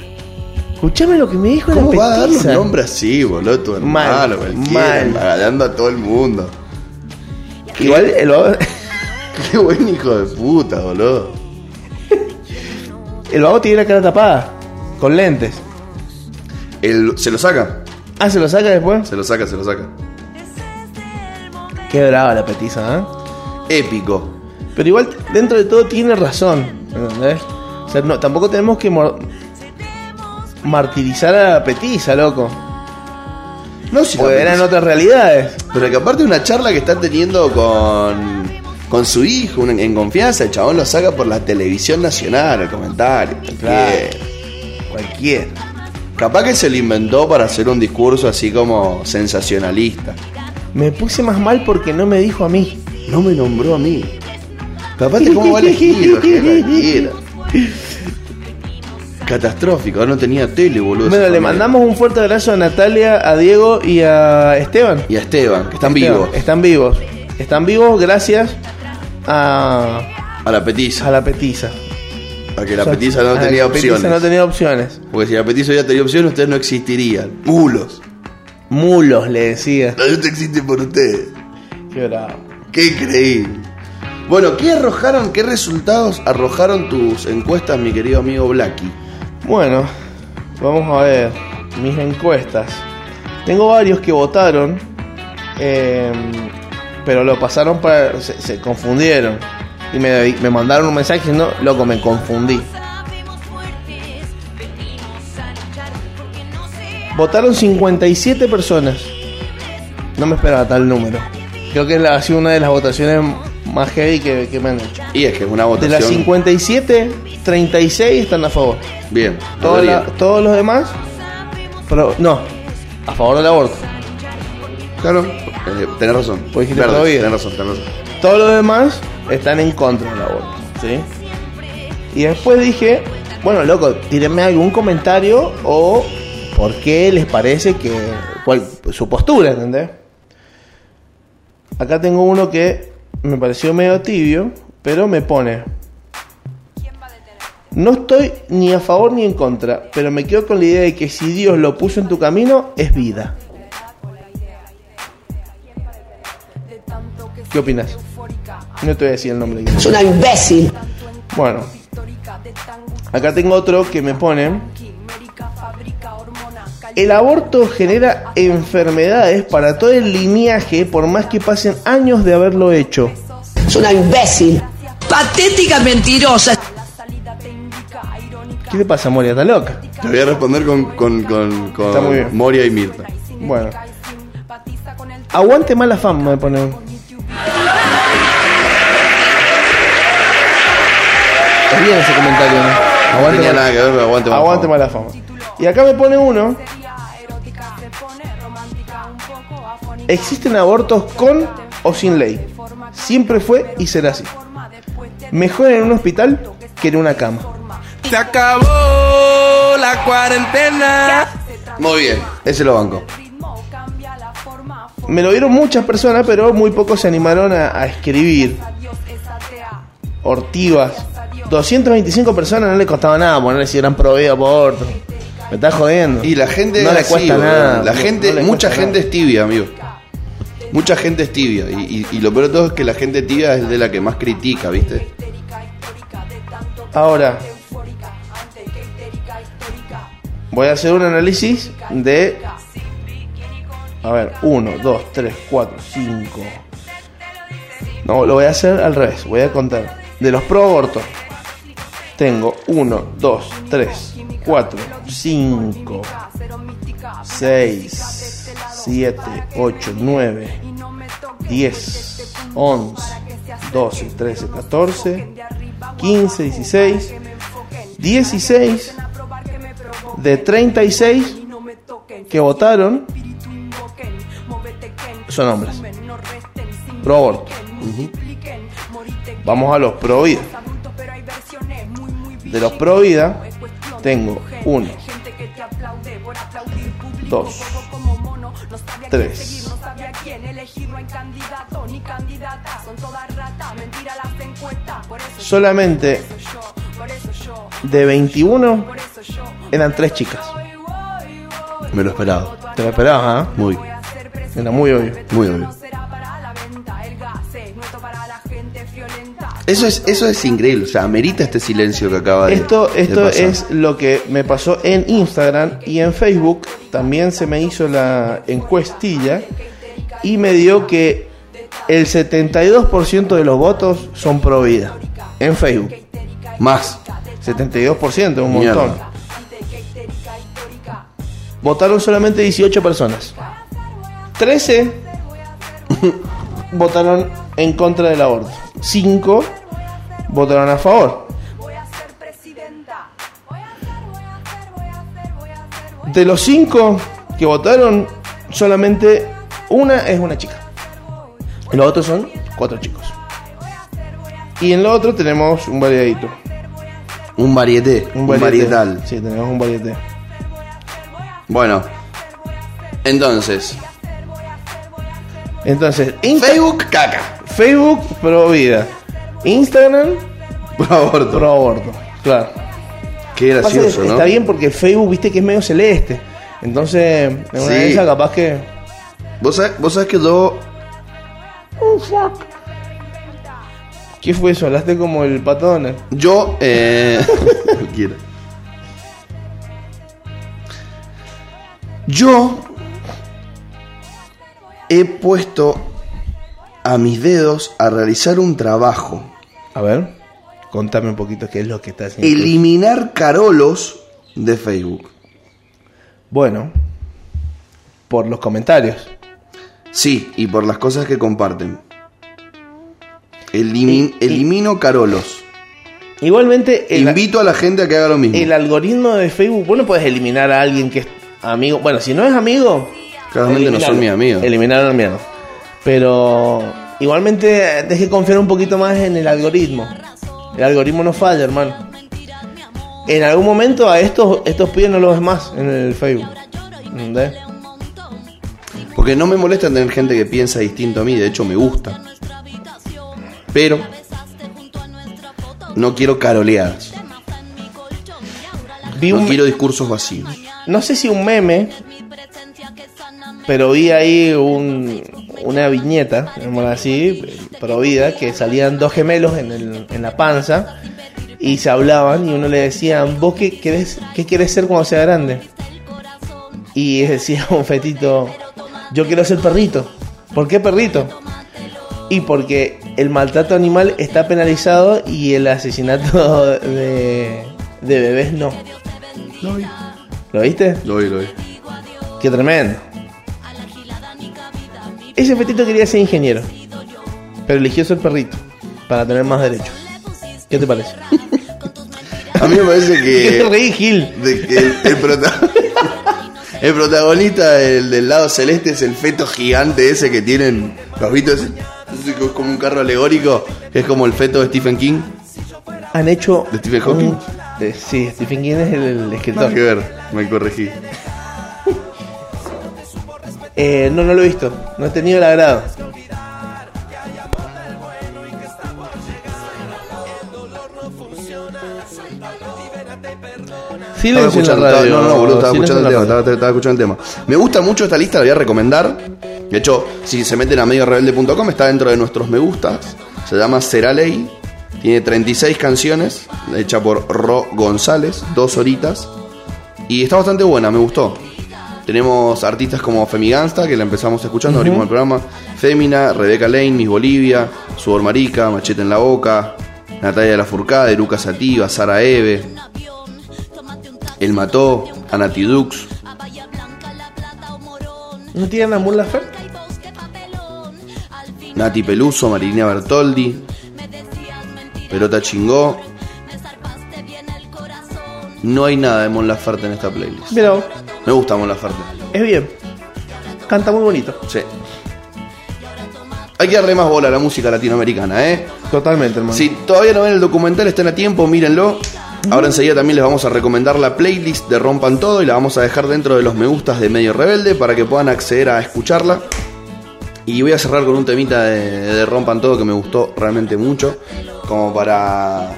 S4: Escuchame lo que me dijo la
S3: ¿Cómo
S4: petiza.
S3: va a dar los nombres así, boludo? Tu hermano,
S4: Mal,
S3: cualquiera,
S4: mal.
S3: embagalando a todo el mundo.
S4: Igual el, vago-
S3: Qué buen hijo de puta, boludo.
S4: el vago tiene la cara tapada, con lentes.
S3: El- se lo saca.
S4: Ah, ¿se lo saca después?
S3: Se lo saca, se lo saca.
S4: Qué brava la petiza, ¿eh?
S3: Épico.
S4: Pero igual, dentro de todo, tiene razón. ¿Entendés? O sea, no, tampoco tenemos que mor- martirizar a la petiza, loco.
S3: No sé.
S4: Porque eran otras realidades.
S3: Pero que aparte una charla que está teniendo con, con su hijo un- en confianza, el chabón lo saca por la televisión nacional, el comentario.
S4: Claro.
S3: Que
S4: Cualquier.
S3: Capaz que se lo inventó para hacer un discurso así como sensacionalista.
S4: Me puse más mal porque no me dijo a mí.
S3: No me nombró a mí. Pero aparte, ¿cómo va a elegir? Qué cualquiera. Catastrófico, no tenía tele, boludo.
S4: Bueno,
S3: esa
S4: le
S3: familia.
S4: mandamos un fuerte abrazo a Natalia, a Diego y a Esteban.
S3: Y a Esteban, que están
S4: Esteban,
S3: vivos.
S4: Están vivos. Están vivos gracias a,
S3: A la petiza.
S4: a la petiza.
S3: A que la
S4: O sea,
S3: petiza no
S4: a
S3: tenía
S4: la petiza
S3: opciones.
S4: no tenía opciones.
S3: Porque si la petiza hubiera tenido opciones, ustedes no existirían. Mulos.
S4: Mulos, le decía.
S3: La lucha existe por ustedes.
S4: Qué bravo.
S3: Qué increíble. Bueno, ¿qué arrojaron, qué resultados arrojaron tus encuestas, mi querido amigo Blacky?
S4: Bueno, vamos a ver mis encuestas. Tengo varios que votaron, eh, pero lo pasaron para. se, se confundieron. Y me, me mandaron un mensaje diciendo, loco, me confundí. Votaron 57 personas. No me esperaba tal número. Creo que es la- ha sido una de las votaciones más heavy que, que me han hecho.
S3: Y es que es una
S4: De
S3: votación.
S4: las 57, 36 están a favor.
S3: Bien,
S4: Toda la-
S3: todavía.
S4: todos los demás, pero no, a favor del aborto.
S3: Claro, eh, tenés razón.
S4: Pues dijiste
S3: Verdes,
S4: todavía.
S3: Tenés razón, tenés razón.
S4: Todos los demás están en contra del aborto. ¿sí? Y después dije, bueno, loco, tírenme algún comentario o por qué les parece que. cuál- su postura, ¿entendés? Acá tengo uno que me pareció medio tibio, pero me pone. No estoy ni a favor ni en contra, pero me quedo con la idea de que si Dios lo puso en tu camino, es vida. ¿Qué opinas? No te voy a decir el nombre.
S7: Es una imbécil.
S4: Bueno, acá tengo otro que me pone. El aborto genera enfermedades para todo el linaje por más que pasen años de haberlo hecho.
S7: Es una imbécil. Patética mentirosa.
S4: ¿Qué te pasa, Moria? ¿Está loca?
S3: Te voy a responder con, con, con, con
S4: Está muy bien.
S3: Moria y Mirta.
S4: Bueno. Aguante mala fama, me pone. Es bien ese comentario, ¿no?
S3: No tenía
S4: mala-
S3: nada que ver, pero aguante, por
S4: Aguante
S3: favor.
S4: mala fama. Y acá me pone uno. Existen abortos con o sin ley. Siempre fue y será así. Mejor en un hospital que en una cama.
S3: Muy bien, ese lo banco.
S4: Me lo dieron muchas personas, pero muy pocos se animaron a, a escribir. Ortivas. 225 personas no le costaba nada ponerle si eran proveído aborto. Me estás jodiendo.
S3: Y la gente
S4: no
S3: es
S4: le
S3: así,
S4: cuesta
S3: boludo.
S4: nada.
S3: La
S4: no-
S3: gente,
S4: no le
S3: mucha
S4: cuesta
S3: gente
S4: nada.
S3: es tibia, amigo. Mucha gente es tibia. Y, y- y lo peor de todo es que la gente tibia es de la que más critica, ¿viste?
S4: Ahora, voy a hacer un análisis de. A ver, 1, 2, 3, 4, 5. No, lo voy a hacer al revés. Voy a contar. De los pro abortos. Tengo 1, 2, 3, 4, 5, 6, 7, 8, 9, 10, 11, 12, 13, 14, 15, 16, 16 de 36 que votaron son hombres. Pro aborto. Vamos a los pro vida. De los pro vida tengo 1, 2, 3,
S8: Por
S4: solamente
S8: eso, por eso yo,
S4: de 21
S8: por eso yo
S4: eran tres chicas.
S8: voy, voy, voy.
S3: Me lo esperaba.
S4: Te lo esperabas, ¿ah?
S3: Muy,
S4: Era muy obvio.
S3: muy obvio.
S8: Será para la venta, el gas, eh, no esto para la gente violenta.
S3: Eso es, eso es increíble, o sea, amerita este silencio que acaba de
S4: Esto,
S3: de
S4: esto
S3: pasar.
S4: es lo que me pasó en Instagram y en Facebook. También se me hizo la encuestilla y me dio que el 72% de los votos son pro vida en Facebook.
S3: Más.
S4: 72% es un
S3: Mierda.
S4: montón. Votaron solamente 18 personas. 13 votaron en contra del aborto. 5 votaron a favor. De los 5 que votaron, solamente una es una chica. Los otros son cuatro chicos. Y en lo otro tenemos un variadito.
S3: Un varieté, un, varietal.
S4: Sí, tenemos un varietal.
S3: Bueno, entonces,
S4: Entonces, Insta-
S3: Facebook caca.
S4: Facebook pro vida. Instagram
S3: Por aborto.
S4: pro aborto. Claro.
S3: Qué
S4: Pasa que
S3: gracioso, ¿no?
S4: Está bien porque Facebook, viste que es medio celeste. Entonces, en una
S3: Sí.
S4: de esas capaz que.
S3: ¿Vos sabés, vos sabés que yo
S4: ¿Qué fue eso? Hablaste como el patón.
S3: Yo, eh. cualquiera. Yo he puesto a mis dedos a realizar un trabajo.
S4: A ver, contame un poquito qué es lo que está haciendo.
S3: Eliminar carolos de Facebook.
S4: Bueno, por los comentarios.
S3: Sí, y por las cosas que comparten. Elimin-
S4: Y- y-
S3: elimino carolos.
S4: Igualmente, el,
S3: Invito a la gente a que haga lo mismo.
S4: el algoritmo de Facebook, vos no podés eliminar a alguien que es amigo. Bueno, si no es amigo,
S3: Claramente no son mis
S4: Eliminarlo.
S3: amigos.
S4: Eliminaron mierda. Pero igualmente eh, tenés que confiar un poquito más en el algoritmo. El algoritmo no falla, hermano. En algún momento a estos, estos pibes no los ves más en el Facebook. ¿Entendés?
S3: Porque no me molesta tener gente que piensa distinto a mí, de hecho me gusta. Pero no quiero caroleadas,
S4: Vi
S3: no
S4: un-
S3: quiero discursos vacíos.
S4: no sé si un meme, pero vi ahí un- una viñeta, llamémosla así, pro vida, que salían dos gemelos en, el- en la panza y se hablaban y uno le decía, ¿vos qué querés, qué querés ser cuando sea grande? Y decía un fetito, yo quiero ser perrito. ¿Por qué perrito? Y porque el maltrato animal está penalizado y el asesinato de, de bebés no. ¿Lo viste?
S3: Lo oí, lo oí.
S4: Qué tremendo. Ese fetito quería ser ingeniero, pero eligió ser perrito para tener más derechos. ¿Qué te parece?
S3: A mí me parece
S4: ¿Qué te
S3: que,
S4: reí, Gil?
S3: de que el, el prota- el protagonista del, del lado celeste es el feto gigante ese que tienen los vitos. Es como un carro alegórico, que es como el feto de Stephen King.
S4: Han hecho.
S3: ¿De Stephen Hawking?
S4: un- de- sí, Stephen King es el, el
S3: Nada
S4: escritor.
S3: que ver, me corregí.
S4: Eh, no, no lo he visto. No he tenido el agrado.
S3: Estaba
S4: Silencio en la
S3: escuchando, estaba-
S4: radio.
S3: no, no, boludo, estaba escuchando, el
S4: silencio en la
S3: tema,
S4: radio.
S3: estaba- estaba escuchando el tema. Me gusta mucho esta lista, la voy a recomendar. De hecho, si se meten a mediorebelde.com, está dentro de nuestros me gustas. Se llama Será Ley. Tiene 36 canciones, hecha por Ro González, dos horitas. Y está bastante buena, me gustó. Tenemos artistas como Femigansta, que la empezamos escuchando, abrimos el programa. Femina, Rebeca Lane, Miss Bolivia, Sudor Marica, Machete en la Boca, Natalia Lafourcade, Luca Sativa, Sara Eve, El Mató, Anatidux.
S4: ¿No tienen a Murla Fer?
S3: Nati Peluso, Marilina Bertoldi, Pelota Chingó. No hay nada de Mon Laferte en esta playlist.
S4: Mira, vos,
S3: Me gusta Mon Laferte.
S4: es bien. Canta muy bonito.
S3: Sí. Hay que darle más bola a la música latinoamericana, ¿eh?
S4: Totalmente, hermano.
S3: Si todavía no ven el documental, estén a tiempo, mírenlo. Ahora enseguida también les vamos a recomendar la playlist de Rompan Todo y la vamos a dejar dentro de los me gustas de Medio Rebelde para que puedan acceder a escucharla. Y voy a cerrar con un temita de, de Rompan Todo que me gustó realmente mucho. Como para.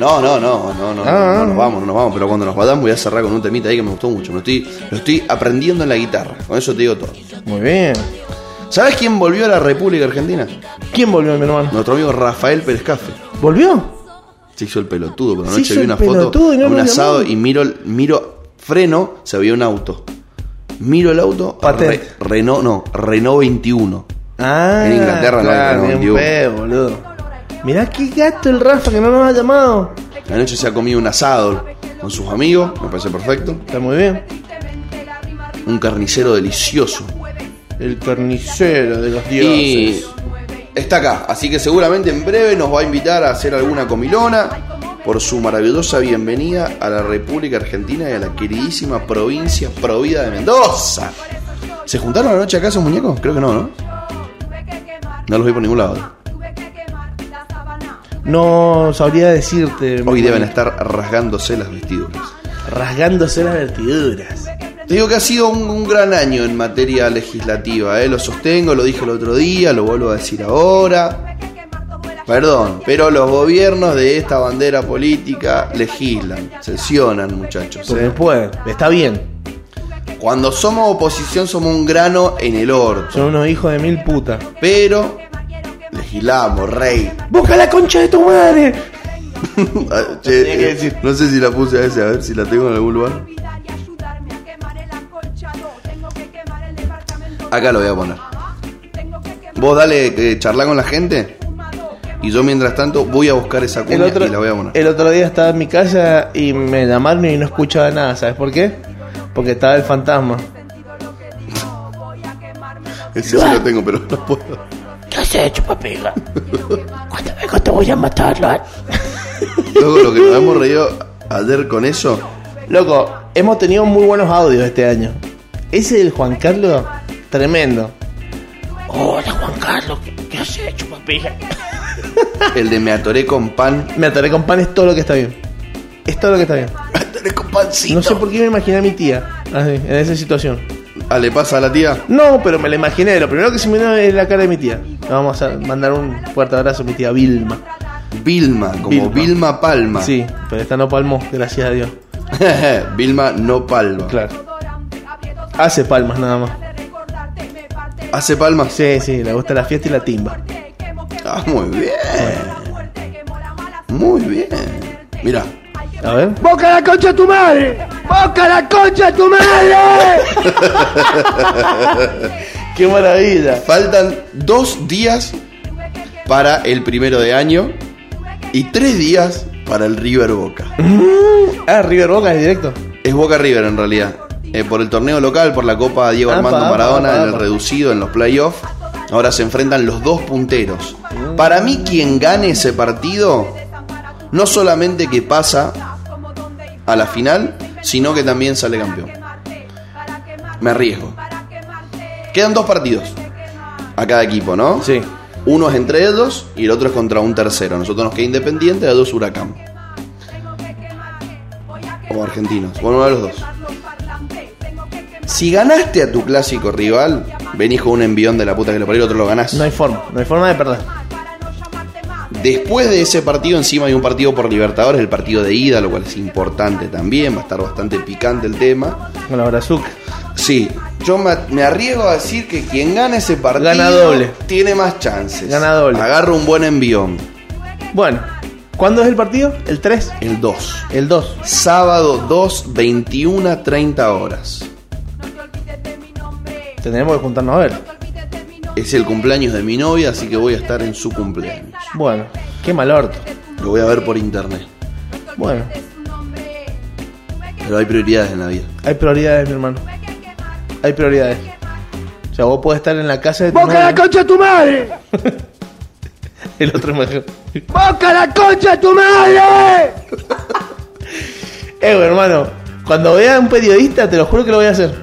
S3: No, no, no, no, no,
S4: Ah,
S3: no,
S4: ah,
S3: nos
S4: ah.
S3: vamos, no nos vamos, pero cuando nos vayamos voy a cerrar con un temita ahí que me gustó mucho. Me estoy, lo estoy aprendiendo en la guitarra, con eso te digo todo.
S4: Muy bien.
S3: ¿Sabes quién volvió a la República Argentina?
S4: ¿Quién volvió, mi hermano?
S3: Nuestro amigo Rafael Pérez Caffe.
S4: ¿Volvió?
S3: Se hizo el pelotudo, pero
S4: Se
S3: anoche
S4: hizo
S3: vi
S4: el
S3: una foto
S4: pelotudo y no
S3: a un
S4: lo
S3: asado
S4: llamó.
S3: y miro, miro freno, se veía un auto. Miro el auto,
S4: Patent.
S3: Renault, no, Renault 21.
S4: Ah,
S3: En Inglaterra no hay
S4: claro,
S3: Renault
S4: ni
S3: 21.
S4: un pedo, boludo. Mirá qué gato el Rafa que no nos ha llamado.
S3: Anoche se ha comido un asado con sus amigos, me parece perfecto.
S4: Está muy bien.
S3: Un carnicero delicioso.
S4: El carnicero de los
S3: Y
S4: dioses.
S3: está acá, así que seguramente en breve nos va a invitar a hacer alguna comilona por su maravillosa bienvenida a la República Argentina y a la queridísima provincia provida de Mendoza. ¿Se juntaron anoche acá esos muñecos? Creo que no, ¿no? No los vi por ningún lado.
S4: No sabría decirte.
S3: Hoy
S4: mi
S3: deben
S4: hermano.
S3: estar rasgándose las vestiduras.
S4: Rasgándose las vertiduras.
S3: Te digo que ha sido un, un gran año en materia legislativa, ¿eh? lo sostengo, lo dije el otro día, lo vuelvo a decir ahora. Perdón, pero los gobiernos de esta bandera política legislan, sesionan muchachos.
S4: Porque
S3: ¿eh?
S4: pueden. Está bien.
S3: Cuando somos oposición somos un grano en el orto,
S4: Son unos hijos de mil putas.
S3: pero legislamos, rey.
S4: ¡Busca la concha de tu madre!
S3: Ah, che,
S4: Tenía que
S3: eh,
S4: decir.
S3: no sé si la puse a ese, a ver si la tengo en algún lugar. Acá lo voy a poner. Vos dale, eh, charla con la gente. Y yo mientras tanto voy a buscar esa
S4: El
S3: cuña
S4: otro,
S3: y la voy a poner.
S4: el otro día estaba en mi casa y me llamaron y no escuchaba nada. ¿Sabes por qué? Porque estaba el fantasma.
S3: Ese sí lo tengo, pero no puedo.
S5: ¿Qué has hecho, papiga? ¿Cuántas veces te voy a matar, Lord?
S3: Luego lo que nos hemos reído ayer con eso.
S4: Loco, hemos tenido muy buenos audios este año. Ese del Juan Carlos, tremendo.
S5: Hola, Juan Carlos. ¿Qué, qué has hecho, papiga?
S3: El de me atoré con pan.
S4: Me ataré con pan, es todo lo que está bien. Es todo lo que está bien.
S3: Me atoré con pancito.
S4: No sé por qué me imaginé a mi tía así, en esa situación.
S3: Ah, le pasa a la tía.
S4: No, pero me la imaginé. Lo primero que se me vino es la cara de mi tía. Le vamos a mandar un fuerte abrazo a mi tía Vilma.
S3: Vilma, como Vilma,
S4: Vilma.
S3: Palma.
S4: Sí, pero esta no palmó, gracias a Dios.
S3: Vilma no palma.
S4: Claro. Hace palmas nada más.
S3: ¿Hace palmas?
S4: Sí, sí, le gusta la fiesta y la timba.
S3: Ah, muy bien. Muy bien. Mira,
S4: A ver.
S5: ¡Boca la concha de tu madre! ¡Boca la concha de tu madre!
S4: ¡Qué maravilla!
S3: faltan dos días para el primero de año y tres días para el River Boca.
S4: Ah, River Boca es directo.
S3: Es Boca River en realidad. Eh, por el torneo local, por la Copa Diego
S4: Apa,
S3: Armando
S4: apa,
S3: Maradona,
S4: apa,
S3: en el
S4: apa.
S3: reducido, en los playoffs. Ahora se enfrentan los dos punteros. Para mí, quien gane ese partido, no solamente que pasa a la final, sino que también sale campeón. Me arriesgo. Quedan dos partidos a cada equipo, ¿no?
S4: Sí.
S3: Uno es entre ellos y el otro es contra un tercero. Nosotros nos queda Independiente, a dos Huracán. O Argentinos. Bueno, uno de los dos. Si ganaste a tu clásico rival, venís con un envión de la puta que lo parió, el otro lo ganás.
S4: No hay forma, no hay forma de perder.
S3: Después de ese partido, encima hay un partido por Libertadores, el partido de ida, lo cual es importante también. Va a estar bastante picante el tema.
S4: Con la brazuca.
S3: Sí, yo me, me arriesgo a decir que quien gana ese partido
S4: Gana doble.
S3: tiene más chances.
S4: Gana doble.
S3: Agarra un buen envión.
S4: Bueno, ¿cuándo es el partido? El 3.
S3: El 2.
S4: El 2.
S3: Sábado 2, 21 a 30 horas.
S4: Tendremos que juntarnos a ver.
S3: Es el cumpleaños de mi novia, así que voy a estar en su cumpleaños.
S4: Bueno, qué mal orto.
S3: Lo voy a ver por internet.
S4: Bueno,
S3: Pero hay prioridades en la vida.
S4: hay prioridades, mi hermano. Hay prioridades. O sea, vos podés estar en la casa de tu
S5: ¡Boca la
S4: novia.
S5: concha de tu madre!
S4: El otro es mejor.
S5: ¡Boca la concha de tu madre!
S4: Eh, bueno, hermano, cuando vea a un periodista, te lo juro que lo voy a hacer.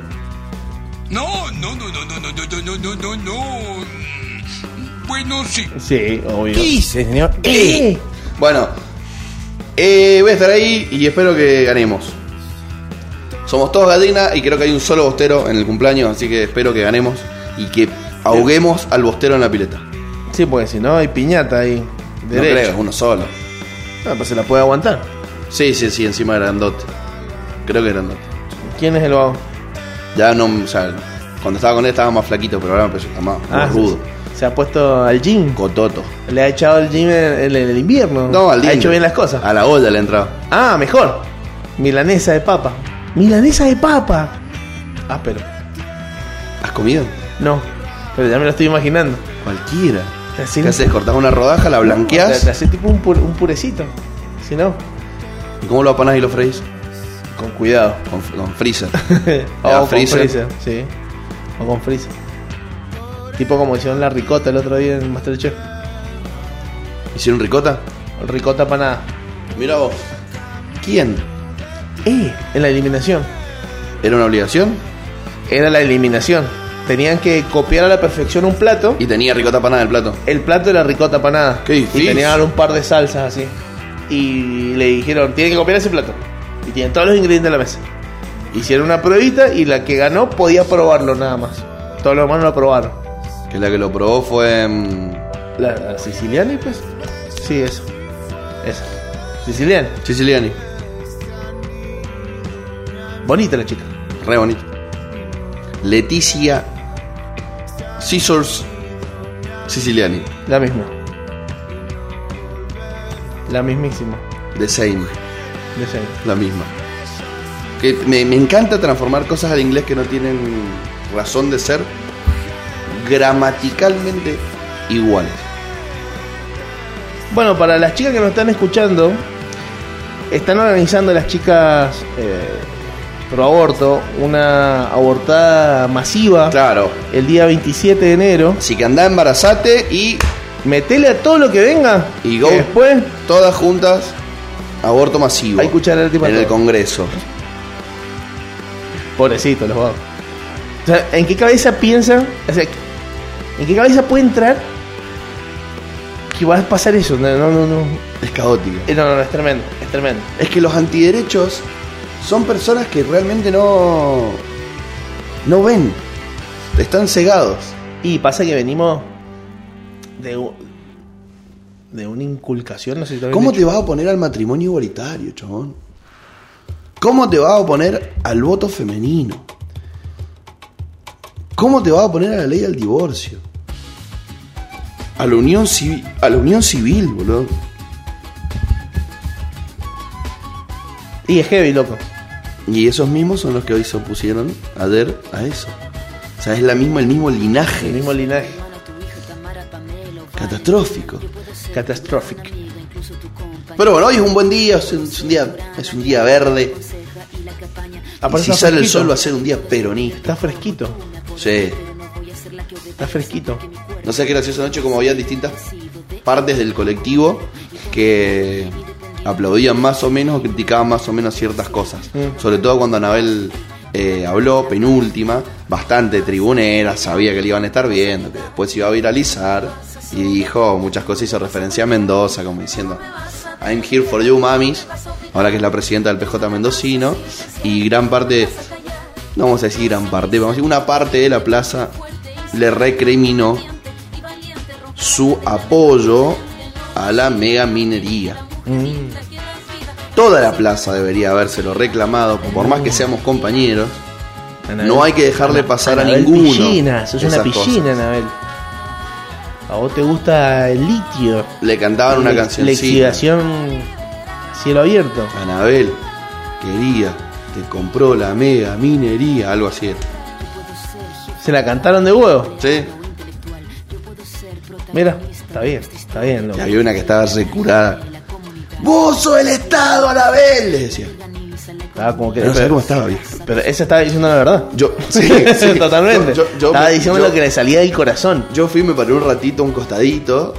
S9: No, no, no, no, no, no, no, no, no, no, no. Mm, Bueno, sí.
S4: Sí, obvio.
S10: señor.
S4: Eh.
S3: Bueno, eh, voy a estar ahí y espero que ganemos. Somos todos gallinas y creo que hay un solo bostero en el cumpleaños, así que espero que ganemos y que ahoguemos al bostero en la pileta. No
S4: Sí, porque si no, hay piñata ahí.
S3: creo,
S4: Derecho.
S3: es uno solo.
S4: No, pues se la puede aguantar.
S3: Sí, sí, sí, encima grandote. Creo que grandote.
S4: ¿Quién es el vago?
S3: Ya no, o sea, cuando estaba con él estaba más flaquito, pero ahora me parece que está más, más
S4: Ah, sí,
S3: Ah, rudo.
S4: sí. Se ha puesto al gym.
S3: Cototo.
S4: Le ha echado al gym en, en el invierno.
S3: No, al
S4: Ha
S3: dingo.
S4: hecho bien las cosas.
S3: A la olla le ha entrado.
S4: Ah, mejor. Milanesa de papa. Milanesa de papa. Ah, pero.
S3: ¿Has comido?
S4: No. Pero ya me lo estoy imaginando.
S3: Cualquiera.
S4: Así
S3: ¿Qué haces? ¿Cortás una rodaja, la
S4: Te, te
S3: blanqueás?
S4: hace tipo un, pur- un purecito. Si no,
S3: ¿Y ¿Cómo lo apanás y lo freís?
S4: con cuidado.
S3: Con, con freezer.
S4: o
S3: Ah,
S4: con
S3: freezer.
S4: freezer. Sí. O con freezer. Tipo como hicieron la ricota el otro día en Masterchef.
S3: ¿Hicieron ricota?
S4: Ricota panada.
S3: Mira vos. ¿Quién?
S4: Eh, en la eliminación.
S3: ¿Era una obligación?
S4: Era la eliminación. Tenían que copiar a la perfección un plato.
S3: Y tenía ricota panada en el plato.
S4: el plato de la ricota panada.
S3: Qué difícil.
S4: Y tenían un par de salsas así. Y le dijeron, tienen que copiar ese plato. Y tienen todos los ingredientes de la mesa. Hicieron una pruebita y la que ganó podía probarlo nada más. Todos los demás no lo probaron.
S3: Que la que lo probó fue. mm,
S4: La, la siciliana y pues. Sí, eso. Esa. Siciliana.
S3: Siciliani.
S4: Bonita la chica.
S3: Re bonito. Leticia Scissors Siciliani.
S4: La misma. La mismísima.
S3: The same.
S4: De siempre.
S3: La misma. Que me, me encanta transformar cosas al inglés que no tienen razón de ser gramaticalmente iguales.
S4: Bueno, para las chicas que nos están escuchando, están organizando las chicas eh, pro aborto una abortada masiva
S3: Claro.
S4: el día 27 de enero.
S3: Así que andá embarazate y
S4: Metele a todo lo que venga
S3: Y
S4: que
S3: go.
S4: después
S3: todas juntas aborto masivo.
S4: hay cuchara tipo
S3: en el Congreso.
S4: Pobrecito, los vagos. O sea, ¿en qué cabeza piensan? O sea, ¿en qué cabeza puede entrar que va a pasar eso? No, no, no, no.
S3: Es caótico.
S4: Eh, No, no, no, es tremendo, es tremendo.
S3: Es que los antiderechos son personas que realmente no. no ven. Están cegados.
S4: Y pasa que venimos de, u- de una inculcación, no sé si te habían
S3: ¿Cómo te
S4: dicho.
S3: vas a oponer al matrimonio igualitario, chabón? ¿Cómo te vas a oponer al voto femenino? ¿Cómo te vas a oponer a la ley del divorcio? A la unión civil, a la unión civil, boludo.
S4: Y es heavy, loco.
S3: Y esos mismos son los que hoy se opusieron ayer a eso. O sea, es la misma, el mismo linaje.
S4: El mismo linaje.
S3: Catastrófico.
S4: Catastrófico.
S3: Pero bueno, hoy es un buen día, es un, es un día, es un día verde. Y
S4: Aparte
S3: si
S4: está
S3: sale el
S4: fresquito.
S3: sol va a ser un día peronista.
S4: Está fresquito.
S3: Sí.
S4: Está fresquito.
S3: No sé qué graciosa noche como había distintas partes del colectivo que aplaudían más o menos o criticaban más o menos ciertas cosas.
S4: Mm.
S3: Sobre todo cuando Anabel eh, habló, penúltima, bastante tribunera, sabía que le iban a estar viendo, que después se iba a viralizar. Y dijo muchas cosas, hizo referencia a Mendoza, como diciendo, I'm here for you, mamis, ahora que es la presidenta del PJ Mendocino. Y gran parte no vamos a decir gran parte, vamos a decir una parte de la plaza le recriminó su apoyo a la mega minería. Mm. Toda la plaza debería habérselo reclamado, por
S4: Mm.
S3: más que seamos compañeros. No hay que dejarle pasar a
S4: Anabel
S3: ninguno
S4: Piscina, sos una
S3: esas
S4: piscina,
S3: cosas.
S4: Anabel. A vos te gusta el litio.
S3: Le cantaban una
S4: La- La
S3: cancioncita.
S4: exhibición cielo abierto.
S3: Anabel, quería, te compró la mega minería, algo así. era.
S4: Se la cantaron de huevo.
S3: ¿Sí?
S4: Mira, está bien, está bien,
S3: Y
S4: loco.
S3: había una que estaba recurada. ¡Vos sos el Estado, Anabel! Le decía.
S4: Estaba como que.
S3: No sé
S4: pero-
S3: cómo estaba, viejo.
S4: Pero esa estaba diciendo la verdad.
S3: Yo, sí, sí.
S4: totalmente.
S3: Yo- yo- yo
S4: estaba
S3: me-
S4: diciendo
S3: yo-
S4: lo que le salía del corazón.
S3: Yo fui, me paré un ratito, a un costadito.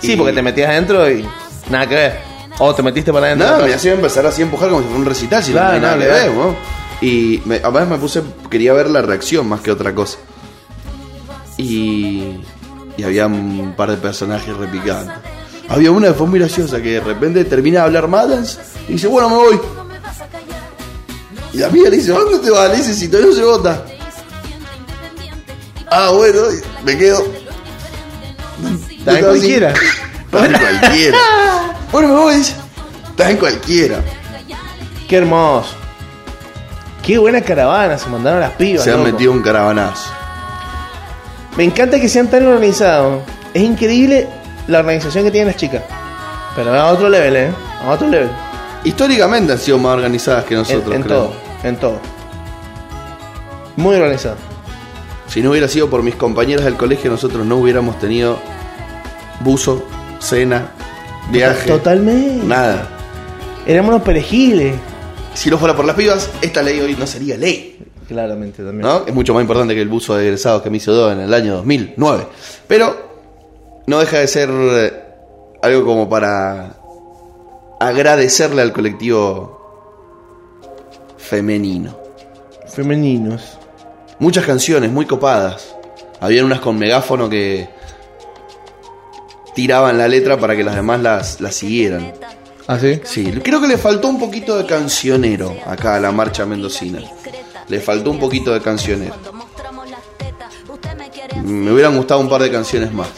S4: Sí,
S3: y-
S4: porque te metías adentro y nada que ver. O te metiste para adentro.
S3: Nada, me hacía empezar así a empujar como si fuera un recital, si
S4: Claro,
S3: no, no hay nada
S4: no,
S3: que ver,
S4: claro.
S3: ¿no? Y me- además me puse, quería ver la reacción más que otra cosa. Y, y había un par de personajes repicantes. Había una que fue muy graciosa que de repente termina de hablar Maddens y dice, bueno, me voy. Y la amiga le dice, ¿dónde te vas? Le dice, si todavía no se vota. Ah, bueno, y me quedo.
S4: Está en
S3: Yo estaba así,
S4: cualquiera.
S3: Estaba en cualquiera. bueno, me voy, dice. Estás en cualquiera.
S4: Qué hermoso. Qué buena caravana se mandaron las pibas.
S3: Se han
S4: loco.
S3: metido un caravanazo.
S4: Me encanta que sean tan organizados. Es increíble la organización que tienen las chicas. Pero a otro level, ¿eh? A otro level.
S3: Históricamente han sido más organizadas que
S4: En-
S3: nosotros,
S4: en
S3: creo.
S4: todo, en todo. Muy organizado.
S3: Si no hubiera sido por mis compañeras del colegio, nosotros no hubiéramos tenido buzo, cena, viaje,
S4: Totalmente.
S3: nada.
S4: Éramos unos perejiles.
S3: Si no fuera por las pibas, esta ley hoy no sería ley,
S4: Claramente también.
S3: ¿no? Es mucho más importante que el buzo de egresados que me hizo dos en el año 2009. Pero no deja de ser eh, algo como para agradecerle al colectivo femenino.
S4: Femeninos.
S3: Muchas canciones muy copadas. Habían unas con megáfono que tiraban la letra para que las demás las, las siguieran.
S4: ¿Ah, sí?
S3: Sí, creo que le faltó un poquito de cancionero acá a la marcha mendocina. Le faltó un poquito de cancionero. Me hubieran gustado un par de canciones más.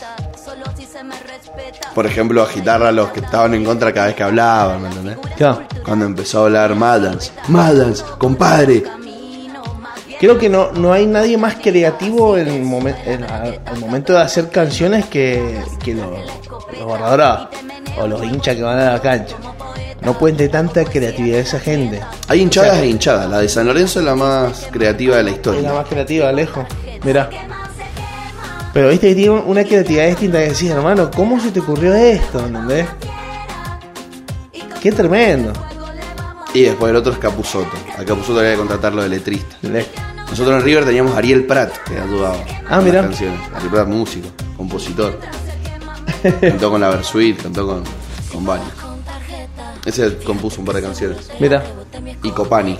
S3: Por ejemplo, agitar a los que estaban en contra cada vez que hablaban, ¿me entendés?
S4: Claro.
S3: Cuando empezó a hablar Madans. Madans, compadre.
S4: Creo que no, no hay nadie más creativo en el momen- en- a- al momento de hacer canciones que, que los, los guardadoras o los hinchas que van a la cancha. No pueden tener tanta creatividad esa gente.
S3: Hay hinchadas
S4: O sea,
S3: e hinchadas. La de San Lorenzo es la más creativa de la
S4: Es la
S3: historia.
S4: más creativa, lejos. Mirá. Pero viste que tiene una creatividad distinta que decís, hermano, ¿cómo se te ocurrió esto? ¿Entendés? Qué tremendo.
S3: Y después el otro es Capuzoto. A Capuzoto había que contratarlo de letrista.
S4: Le-
S3: Nosotros en River teníamos a Ariel Pratt, que ayudaba.
S4: Ah,
S3: con
S4: mirá.
S3: las canciones. Ariel Pratt, músico, compositor. cantó con la Versuit, cantó con, con varios. Ese compuso un par de canciones.
S4: Mirá.
S3: Y Copani.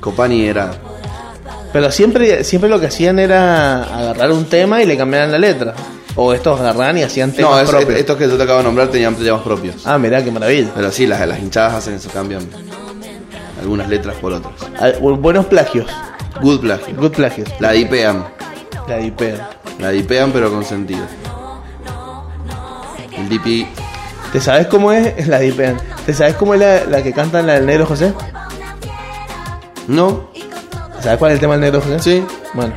S3: Copani era.
S4: Pero siempre, siempre lo que hacían era agarrar un tema y le cambiaban la letra. O estos agarran y hacían temas
S3: No, es-
S4: propios.
S3: estos que yo te acabo de nombrar tenían temas propios.
S4: Ah, mirá, qué maravilla.
S3: Pero sí, las, las hinchadas hacen eso, cambian algunas letras por otras.
S4: Ah, bu- buenos plagios.
S3: Good plagio.
S4: Good plagios.
S3: La dipean.
S4: La dipea.
S3: La dipean pero con sentido. El DP.
S4: ¿Te sabes cómo es la dipean? ¿Te sabes cómo es la, la que canta la del negro José?
S3: No,
S4: ¿Sabes cuál es el tema del negro José?
S3: sí.
S4: Bueno.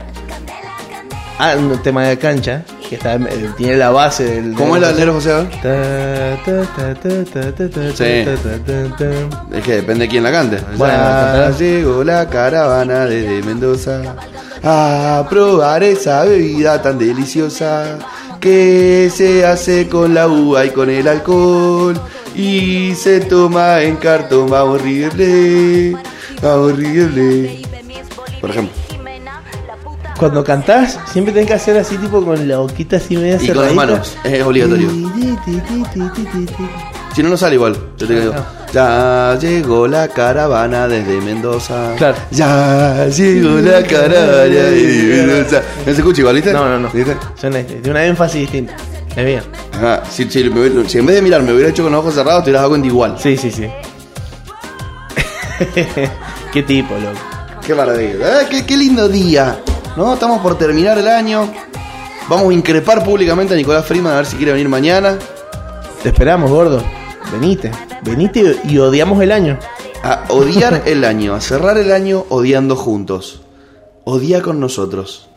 S4: Ah, un tema de cancha. Que está, eh, tiene la base del.
S3: ¿Cómo es la del
S4: José.
S3: negro José? A ver.
S4: Ta, ta, ta, ta, ta, ta, ta,
S3: Sí.
S4: ta, ta, ta, ta.
S3: Es que depende de quién la cante.
S4: Bueno,
S3: ya
S4: ¿no?
S3: llegó la caravana desde Mendoza a probar esa bebida tan deliciosa que se hace con la uva y con el alcohol y se toma en cartón. Vamos River Plate, vamos River Plate. Por ejemplo.
S4: Cuando cantás, siempre tenés que hacer así, tipo con la boquita así media
S3: Y con las
S4: cerradita.
S3: manos, es obligatorio.
S4: Ti, ti, ti, ti, ti, ti, ti.
S3: Si no, no sale igual. Yo te digo. Ya llegó la caravana desde Mendoza.
S4: Claro.
S3: Ya llegó la caravana desde Mendoza. No se escucha igual, ¿viste?
S4: No, no, no.
S3: ¿Viste?
S4: Suena, este, tiene una énfasis distinta. Es bien.
S3: Ajá. Si, si me hubiera- si en vez de mirar me hubiera hecho con los ojos cerrados, te hubieras dado cuenta igual.
S4: Sí, sí, sí. Qué tipo, loco.
S3: Qué maravilla. Ah, qué, qué lindo día. ¿No? Estamos por terminar el año. Vamos a increpar públicamente a Nicolás Freeman a ver si quiere venir mañana.
S4: Te esperamos, gordo. Venite. Venite y odiamos el año.
S3: A odiar el año, a cerrar el año odiando juntos. Odia con nosotros.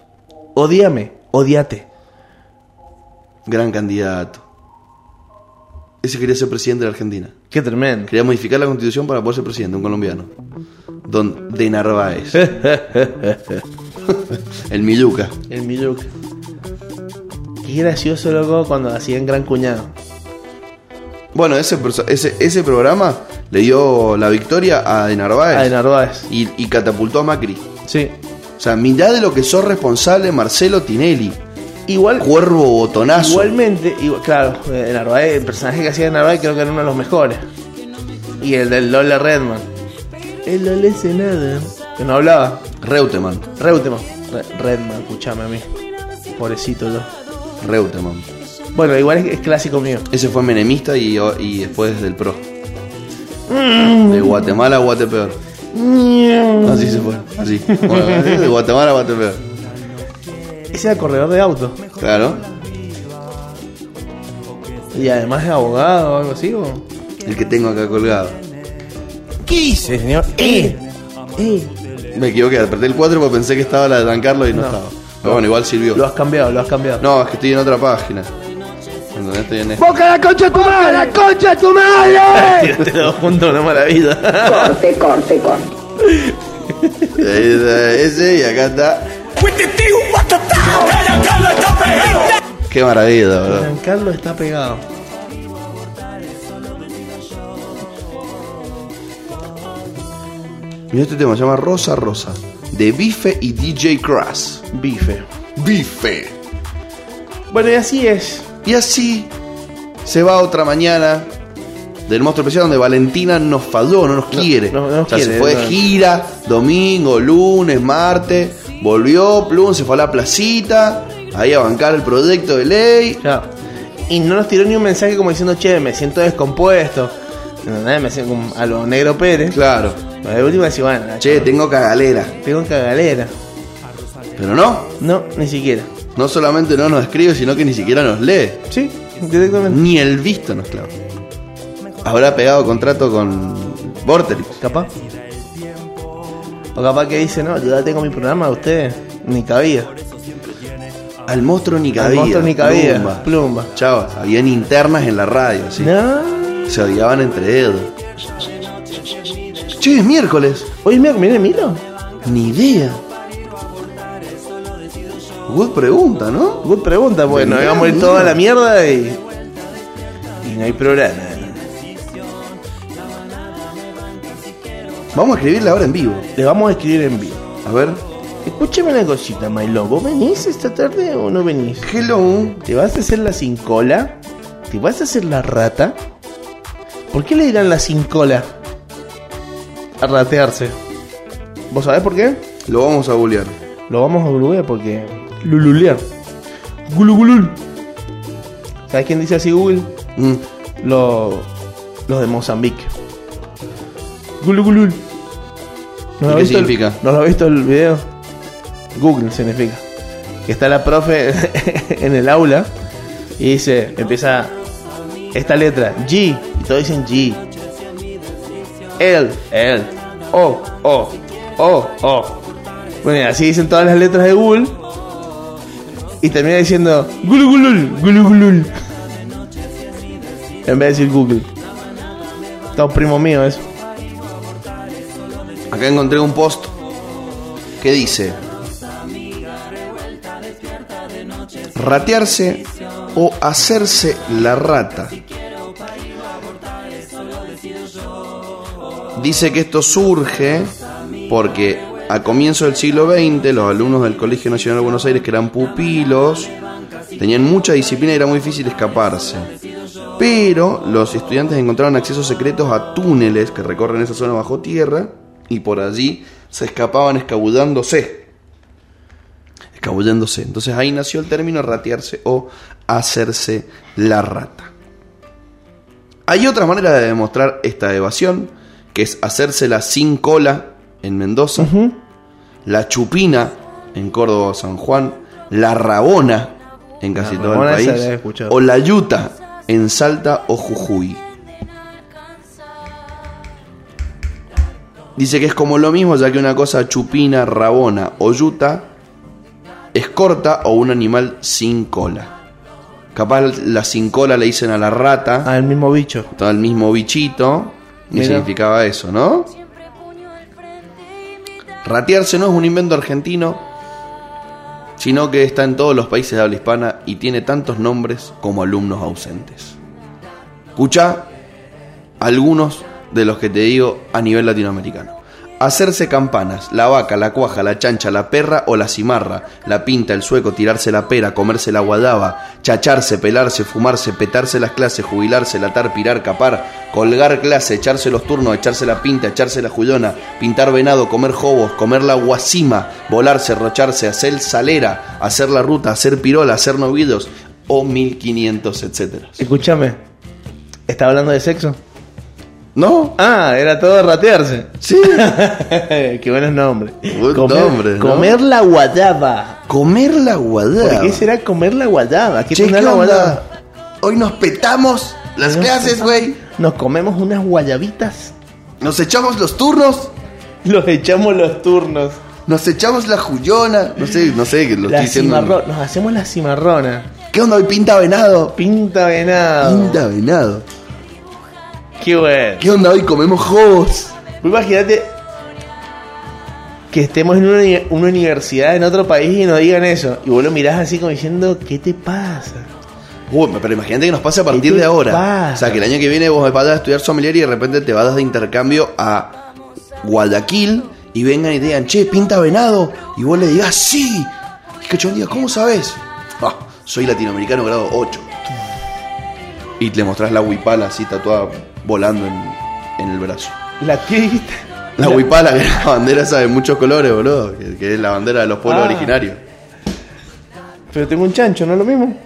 S4: Odiame. Odiate.
S3: Gran candidato. Ese quería ser presidente de la Argentina.
S4: Qué tremendo.
S3: Quería modificar la constitución para poder ser presidente, un colombiano. Don de Narváez. El Miluca.
S4: El Miluk. Qué gracioso, loco, cuando hacían gran cuñado.
S3: Bueno, ese, perso- ese, ese programa le dio la victoria a de Narváez.
S4: Ah, de Narváez.
S3: y, y catapultó a Macri.
S4: Sí.
S3: O sea, mirá de lo que sos responsable Marcelo Tinelli.
S4: Igual.
S3: Cuervo botonazo.
S4: Igualmente, igual- claro, eh, Narváez, el personaje que hacía de Narváez creo que era uno de los mejores. Y el del Lola Redman. El Lola ese nada. Que no hablaba.
S3: Reutemann.
S4: Reutemann. Re- Redman, escuchame a mí. Pobrecito yo.
S3: Reutemann.
S4: Bueno, igual es, es clásico mío.
S3: Ese fue menemista y, y después del PRO. De Guatemala a Guatepeor. Así se fue. Así. Bueno, de Guatemala a Guatepeor.
S4: Ese era corredor de auto.
S3: Claro.
S4: Y además es abogado o algo así. ¿o?
S3: El que tengo acá colgado.
S4: ¿Qué hice, señor? Eh, eh.
S3: Me equivoqué, apreté el 4 porque pensé que estaba la de Dan Carlos y no,
S4: No.
S3: estaba. Pero bueno, igual sirvió.
S4: Lo has cambiado, lo has cambiado.
S3: No, es que estoy en otra página. ¿Entendés? Estoy en esta.
S5: ¡Boca la concha de tu madre! ¡La concha de tu madre!
S4: Tiraste los dos juntos, una maravilla.
S7: Corte, corte, corte.
S3: este. Ahí está Ese y acá está. Qué maravilla, bro.
S4: Giancarlo está pegado.
S3: Mira este tema, se llama Rosa Rosa. De Bife y DJ Crash.
S4: Bife.
S3: Bife.
S4: Bueno, y así es.
S3: Y así se va otra mañana del monstruo especial donde Valentina nos falló, no nos quiere.
S4: no, no nos
S3: o sea,
S4: quiere,
S3: se fue
S4: no.
S3: de gira, domingo, lunes, martes, volvió, Plum se fue a la placita, ahí a bancar el proyecto de ley.
S4: Ya. Y no nos tiró ni un mensaje como diciendo, che, me siento descompuesto. ¿Entendés? Me siento como a lo negro Pérez.
S3: Claro.
S4: De última decía, bueno,
S3: Che, tengo cagalera.
S4: pegó en cagalera.
S3: Pero no,
S4: No, ni siquiera.
S3: no solamente no nos escribe, sino que ni siquiera nos lee.
S4: Sí, directamente.
S3: Ni el visto nos clava. Habrá pegado contrato con Vorterix.
S4: Capaz. O capaz que dice, no, yo ya tengo mi programa, ustedes ni cabía.
S3: Al monstruo ni cabía.
S4: Al monstruo ni cabía.
S3: Plumba.
S4: Plumba.
S3: Chao, habían internas en la radio, sí.
S4: No.
S3: Se odiaban entre ellos. Che, es miércoles.
S4: Oye, mira, mira, mira.
S3: Ni idea. Good pregunta, ¿no?
S4: Good pregunta, porque nos
S3: Mira,
S4: íbamos a ir
S3: mira.
S4: toda la mierda y. Y no hay programa.
S3: Vamos a escribirla ahora en vivo.
S4: Le vamos a escribir en vivo.
S3: A ver.
S4: Escúchame una cosita, Milo. ¿Vos venís esta tarde o no venís?
S3: Hello.
S4: ¿Te vas a hacer la sin cola? ¿Te vas a hacer la rata? ¿Por qué le dirán la sin cola? A ratearse. ¿Vos sabés por qué?
S3: Lo vamos a bullear.
S4: Lo vamos a googlear porque. Lululear. Gulugulul. ¿Sabés quién dice así Google?
S3: Mm.
S4: Los. Los de Mozambique. Gulugulul.
S3: ¿Y
S4: lo ha
S3: qué
S4: visto el-
S3: significa?
S4: ¿No lo has visto el video? Google significa. Que está la profe en el aula y dice, empieza esta letra, G, y todos dicen G. L, L, O, O, O, O. Bueno, y así dicen todas las letras de Google y termina diciendo Gulugulul, Gulugulul. En vez de decir Google. Está un primo mío eso.
S3: Acá encontré un post que dice: Ratearse o hacerse la rata. Dice que esto surge porque a comienzo del siglo XX los alumnos del Colegio Nacional de Buenos Aires, que eran pupilos, tenían mucha disciplina y era muy difícil escaparse. Pero los estudiantes encontraron accesos secretos a túneles que recorren esa zona bajo tierra y por allí se escapaban escabullándose. Escabullándose. Entonces ahí nació el término ratearse o hacerse la rata. Hay otra manera de demostrar esta evasión, que es hacérsela sin cola en Mendoza, la chupina en Córdoba o San Juan, la rabona en casi
S4: La
S3: todo
S4: rabona
S3: el
S4: esa
S3: país,
S4: la he escuchado.
S3: o la yuta en Salta o Jujuy. Dice que es como lo mismo, ya que una cosa chupina, rabona o yuta es corta o un animal sin cola. Capaz la sin cola le dicen a la rata.
S4: Al ah, mismo bicho.
S3: Estaba el mismo bichito. Y
S4: Mira.
S3: significaba eso, ¿no? Ratearse no es un invento argentino, sino que está en todos los países de habla hispana y tiene tantos nombres como alumnos ausentes. Escucha algunos de los que te digo a nivel latinoamericano. Hacerse campanas, la vaca, la cuaja, la chancha, la perra o la cimarra, la pinta, el sueco, tirarse la pera, comerse la guadaba, chacharse, pelarse, fumarse, petarse las clases, jubilarse, latar, pirar, capar, colgar clase, echarse los turnos, echarse la pinta, echarse la jullona, pintar venado, comer jobos, comer la guasima, volarse, rocharse, hacer salera, hacer la ruta, hacer pirola, hacer novidos o 1500, etcétera.
S4: Escúchame. ¿Está hablando de sexo?
S3: ¿No?
S4: Ah, era todo de ratearse.
S3: Sí.
S4: Qué buenos nombres.
S3: Buen nombre, ¿no?
S4: comer la guayaba.
S3: Comer la
S4: ¿Por
S3: guadada.
S4: qué será comer la guayaba? ¿Qué
S3: Che,
S4: tendrá
S3: ¿qué
S4: la
S3: onda?
S4: guayaba?
S3: Hoy nos petamos las clases, güey.
S4: Nos comemos unas guayabitas.
S3: Nos echamos los turnos.
S4: Los echamos los turnos.
S3: Nos echamos la jullona. No sé, no sé, que lo
S4: La
S3: estoy diciendo.
S4: cimarro- Nos hacemos la cimarrona.
S3: ¿Qué onda hoy pinta venado?
S4: Pinta venado.
S3: Pinta venado.
S4: Qué bueno.
S3: ¿Qué onda hoy comemos jobos?
S4: Vos Pues Imagínate que estemos en una, uni- una universidad en otro país y nos digan eso. Y vos lo mirás así como diciendo, ¿qué te pasa?
S3: Uy, pero imagínate que nos pase a partir
S4: ¿Qué
S3: de
S4: te
S3: ahora.
S4: pasa?
S3: O sea, que el año que viene vos me pasas a estudiar sommelier y de repente te vas de intercambio a Guayaquil y vengan y te digan, che, pinta venado. Y vos le digas, sí. Y Cachón diga, ¿cómo sabes? Ah, soy latinoamericano grado 8. Y le mostrás la huipala así tatuada volando en, en el brazo.
S4: ¿La qué dijiste?
S3: La huipala, que es la bandera esa de muchos colores, boludo. Que, que es la bandera de los pueblos
S4: Ah.
S3: originarios.
S4: Pero tengo un chancho, ¿no es lo mismo?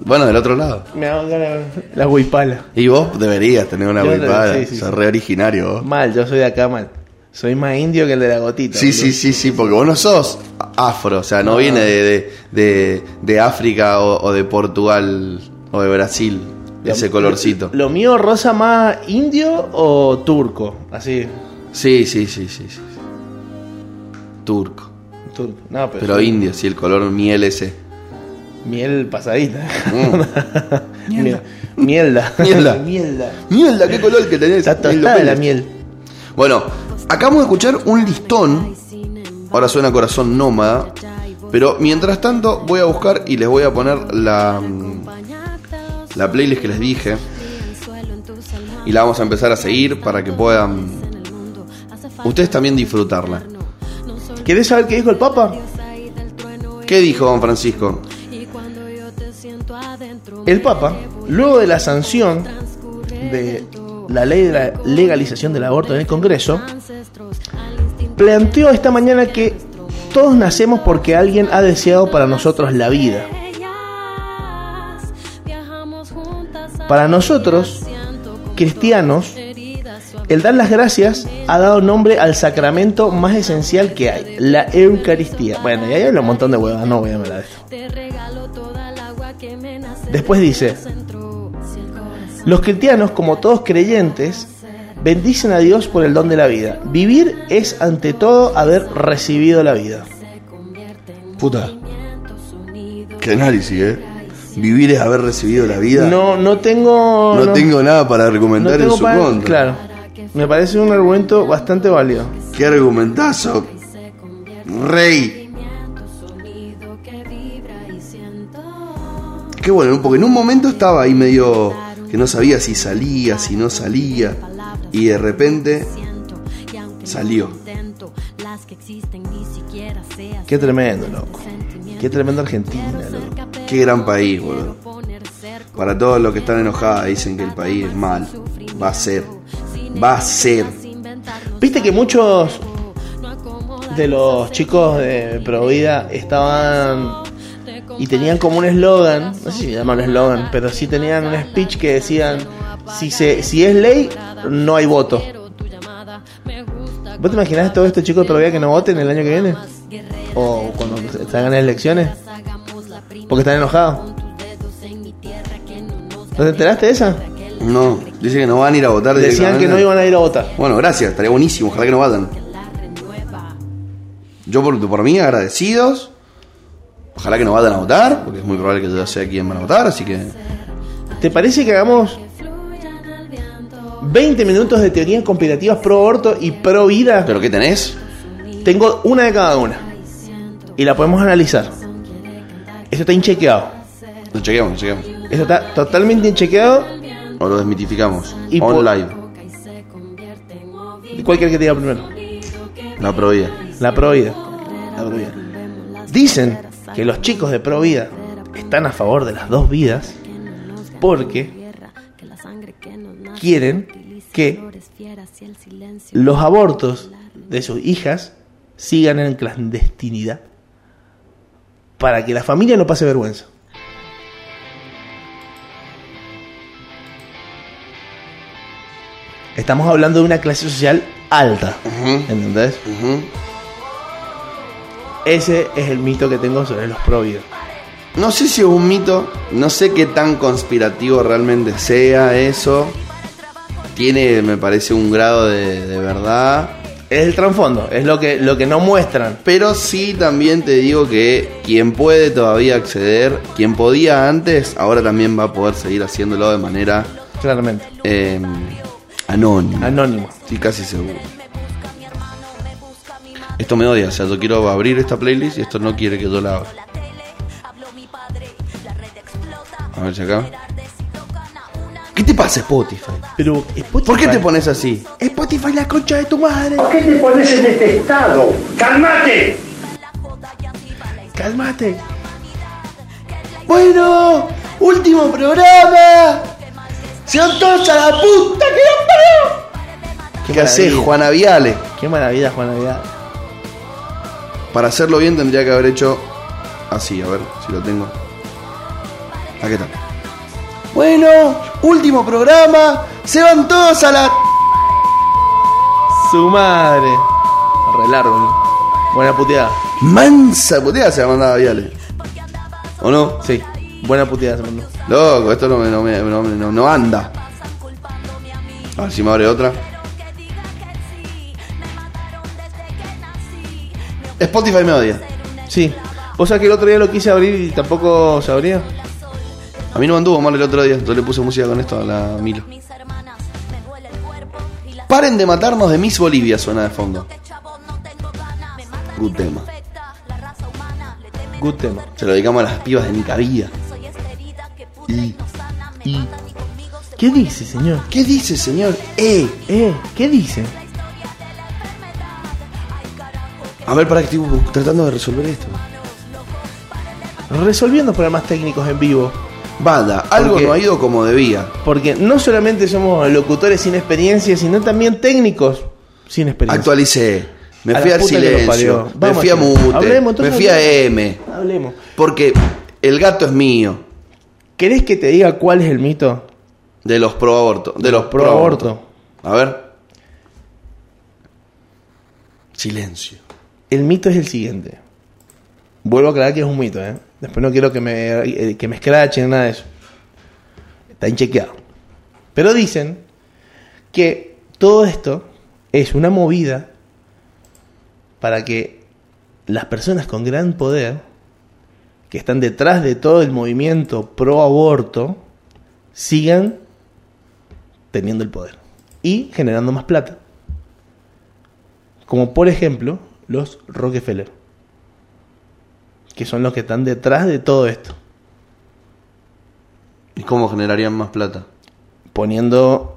S3: Bueno, del otro lado.
S4: Me hago la, la huipala.
S3: Y vos deberías tener una
S4: Yo lo-
S3: huipala.
S4: sí, sí,
S3: sos
S4: sí.
S3: re originario vos.
S4: Mal, yo soy de acá mal. Soy más indio que el de la gotita.
S3: Sí,
S4: boludo.
S3: sí, sí, sí, porque vos no sos afro, o sea, no viene de, de, de- de África o, o de Portugal o de Brasil, ese colorcito.
S4: Lo mío rosa más indio o turco. Así.
S3: Sí, sí, sí, sí, sí. Turco,
S4: Turco. No, pero,
S3: pero indio, sí, el color miel ese.
S4: miel pasadita.
S3: Mm.
S4: Miel- Mielda.
S3: Mielda.
S4: Mielda.
S3: Mierda, qué color que tenés.
S4: Está
S3: Ni lo
S4: tostada la
S3: peles.
S4: miel.
S3: Bueno, acabamos de escuchar un listón. Ahora suena corazón nómada. Pero mientras tanto voy a buscar y les voy a poner la, mm, la playlist que les dije. Y la vamos a empezar a seguir para que puedan ustedes también disfrutarla.
S4: ¿Querés saber qué dijo el Papa?
S3: ¿Qué dijo don Francisco?
S4: El Papa, luego de la sanción de la ley de la legalización del aborto en el Congreso, planteó esta mañana que todos nacemos porque alguien ha deseado para nosotros la vida. Para nosotros, cristianos, el dar las gracias ha dado nombre al sacramento más esencial que hay, la Eucaristía. Bueno, y ahí habla un montón de huevas, no voy a hablar de esto. Después dice, los cristianos, como todos creyentes, bendicen a Dios por el don de la vida. Vivir es ante todo haber recibido la vida.
S3: Puta. Qué análisis, ¿eh? Vivir es haber recibido la vida.
S4: No, no tengo...
S3: No tengo nada para
S4: no
S3: argumentar
S4: tengo
S3: en su
S4: para-
S3: contra.
S4: Claro. Me parece un argumento bastante válido.
S3: ¡Qué argumentazo! ¡Rey! Qué bueno, porque en un momento estaba ahí medio que no sabía si salía, si no salía, y de repente salió.
S4: Qué tremendo, loco. Qué tremendo Argentina, loco.
S3: Qué gran país, boludo. Para todos los que están enojados dicen que el país es mal. Va a ser. Va a ser.
S4: Viste que muchos de los chicos de Provida estaban y tenían como un eslogan, no sé si llaman eslogan, pero sí tenían un speech que decían si se si es ley no hay voto. ¿Vos te imaginás todos estos chicos de Provida que no voten el año que viene? O cuando se hagan las elecciones. Porque están enojados. ¿No te enteraste de esa?
S3: No, dicen que no van a ir a votar.
S4: Decían que no
S3: directamente.
S4: iban a ir a votar.
S3: Bueno, gracias, estaría buenísimo, ojalá que no vayan. Yo por, por mí, agradecidos. Ojalá que no vayan a votar, porque es muy probable que yo ya sea quien van a votar, así que.
S4: ¿Te parece que hagamos 20 minutos de teorías conspirativas pro aborto y pro vida?
S3: ¿Pero qué tenés?
S4: Tengo una de cada una. Y la podemos analizar. Esto está inchequeado.
S3: Lo chequeamos, lo chequeamos.
S4: Esto está totalmente inchequeado.
S3: O lo desmitificamos.
S4: Y
S3: On
S4: por-
S3: live.
S4: ¿Y ¿Cuál querés que te diga primero?
S3: La probía.
S4: La pro vida. La pro vida. Dicen que los chicos de pro vida están a favor de las dos vidas porque quieren que los abortos de sus hijas sigan en clandestinidad para que la familia no pase vergüenza. Estamos hablando de una clase social alta, ¿entendés? Ese es el mito que tengo sobre los pro vida.
S3: No sé si es un mito, no sé qué tan conspirativo realmente sea eso. Tiene, me parece, un grado de, de verdad.
S4: Es el trasfondo, es lo que, lo que no muestran.
S3: Pero sí también te digo que quien puede todavía acceder, quien podía antes, ahora también va a poder seguir haciéndolo de manera
S4: Claramente.
S3: eh, anónima.
S4: Anónimo.
S3: Estoy casi seguro. Esto me odia, o sea, yo quiero abrir esta playlist y esto no quiere que yo la abra. A ver si acá. ¿Qué te pasa, Spotify?
S4: Pero
S3: ¿Por qué te pones así?
S4: Spotify la concha de tu madre?
S5: ¿Por qué te pones en este estado? ¡Cálmate!
S4: Cálmate. Bueno, último programa. Sean todos a la puta que
S3: ¿Qué, haces, Juana Viale?
S4: Qué maravilla, Juan Navidad.
S3: Para hacerlo bien tendría que haber hecho así, a ver si lo tengo. Aquí está.
S4: Bueno, último programa. Se van todos a la. Su madre. Re largo, ¿no? Buena puteada.
S3: Mansa puteada se ha mandado Viale. ¿O no?
S4: Sí, buena puteada, se mandó.
S3: Loco, esto no, me- no me- no me- no- no anda. A ver si me abre otra. Spotify me odia.
S4: Sí. O sea que el otro día lo quise abrir y tampoco se abría.
S3: A mí no me anduvo mal el otro día. Yo le puse música con esto a la Milo. Paren de matarnos de Miss Bolivia, suena de fondo. Good tema.
S4: Good tema.
S3: Se lo dedicamos a las pibas de mi cabida. Y-
S4: ¿Qué dice, señor?
S3: ¿Qué dice, señor? ¡Eh!
S4: Eh, ¿qué dice?
S3: A ver, para que estoy bu- tratando de resolver esto.
S4: Resolviendo problemas técnicos en vivo.
S3: Bada, algo
S4: Porque-
S3: no ha ido como debía.
S4: Porque no solamente somos locutores sin experiencia, sino también técnicos sin experiencia.
S3: Actualicé. Me
S4: A
S3: fui
S4: la
S3: al
S4: puta que lo parió.
S3: silencio. Me
S4: Vamos,
S3: fui a
S4: señor.
S3: mute.
S4: Hablemos, entonces,
S3: Me fui a
S4: hablemos.
S3: M.
S4: Hablemos.
S3: Porque el gato es mío.
S4: ¿Querés que te diga cuál es el mito?
S3: De los pro aborto. De los pro
S4: Proaborto.
S3: aborto. A ver. Silencio.
S4: El mito es el siguiente. Vuelvo a aclarar que es un mito, ¿eh? Después no quiero que me, eh, que me escrachen, nada de eso. Está inchequeado. Pero dicen que todo esto es una movida para que las personas con gran poder, que están detrás de todo el movimiento pro aborto, sigan teniendo el poder y generando más plata. Como por ejemplo los Rockefeller, que son los que están detrás de todo esto,
S3: ¿Y cómo generarían más plata?
S4: poniendo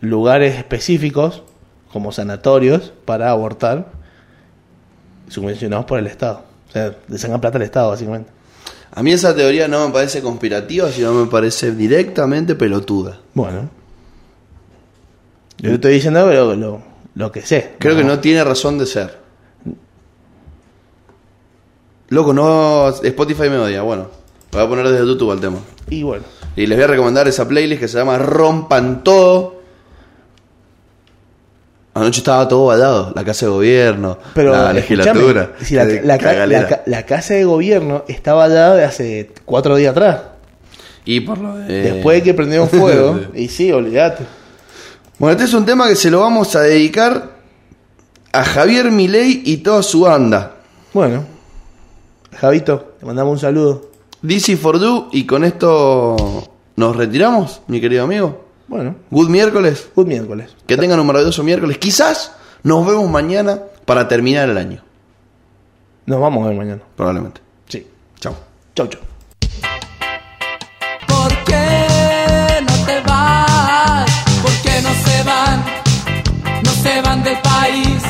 S4: lugares específicos como sanatorios para abortar, subvencionados por el Estado. O sea, le sacan plata al Estado, básicamente.
S3: A mí esa teoría no me parece conspirativa, sino me parece directamente pelotuda.
S4: Bueno. Yo te estoy diciendo lo, lo, lo que sé.
S3: Creo que no tiene razón de ser. Loco, no. Spotify me odia. Bueno, voy a poner desde YouTube al tema.
S4: Y bueno,
S3: Y les voy a recomendar esa playlist que se llama Rompan Todo. Anoche estaba todo balado. La casa de gobierno,
S4: pero
S3: la
S4: escúchame,
S3: legislatura. eh,
S4: si la, la ca-
S3: cagalera.
S4: la ca- la casa de gobierno estaba dada de hace cuatro días atrás.
S3: y por lo de-
S4: Después de que
S3: Eh.
S4: prendieron fuego, y sí, olvídate.
S3: Bueno, este es un tema que se lo vamos a dedicar a Javier Milei y toda su banda.
S4: Bueno, Javito, te mandamos un saludo.
S3: DC for Do. Y con esto nos retiramos, mi querido amigo.
S4: Bueno,
S3: Good miércoles.
S4: un miércoles.
S3: Que tengan un maravilloso miércoles. Quizás nos vemos mañana para terminar el año.
S4: Nos vamos a ver mañana.
S3: Probablemente.
S4: Sí.
S3: Chao.
S4: Chau, chau.
S5: ¿Por qué no te vas? ¿Por qué no se van? No se van del país.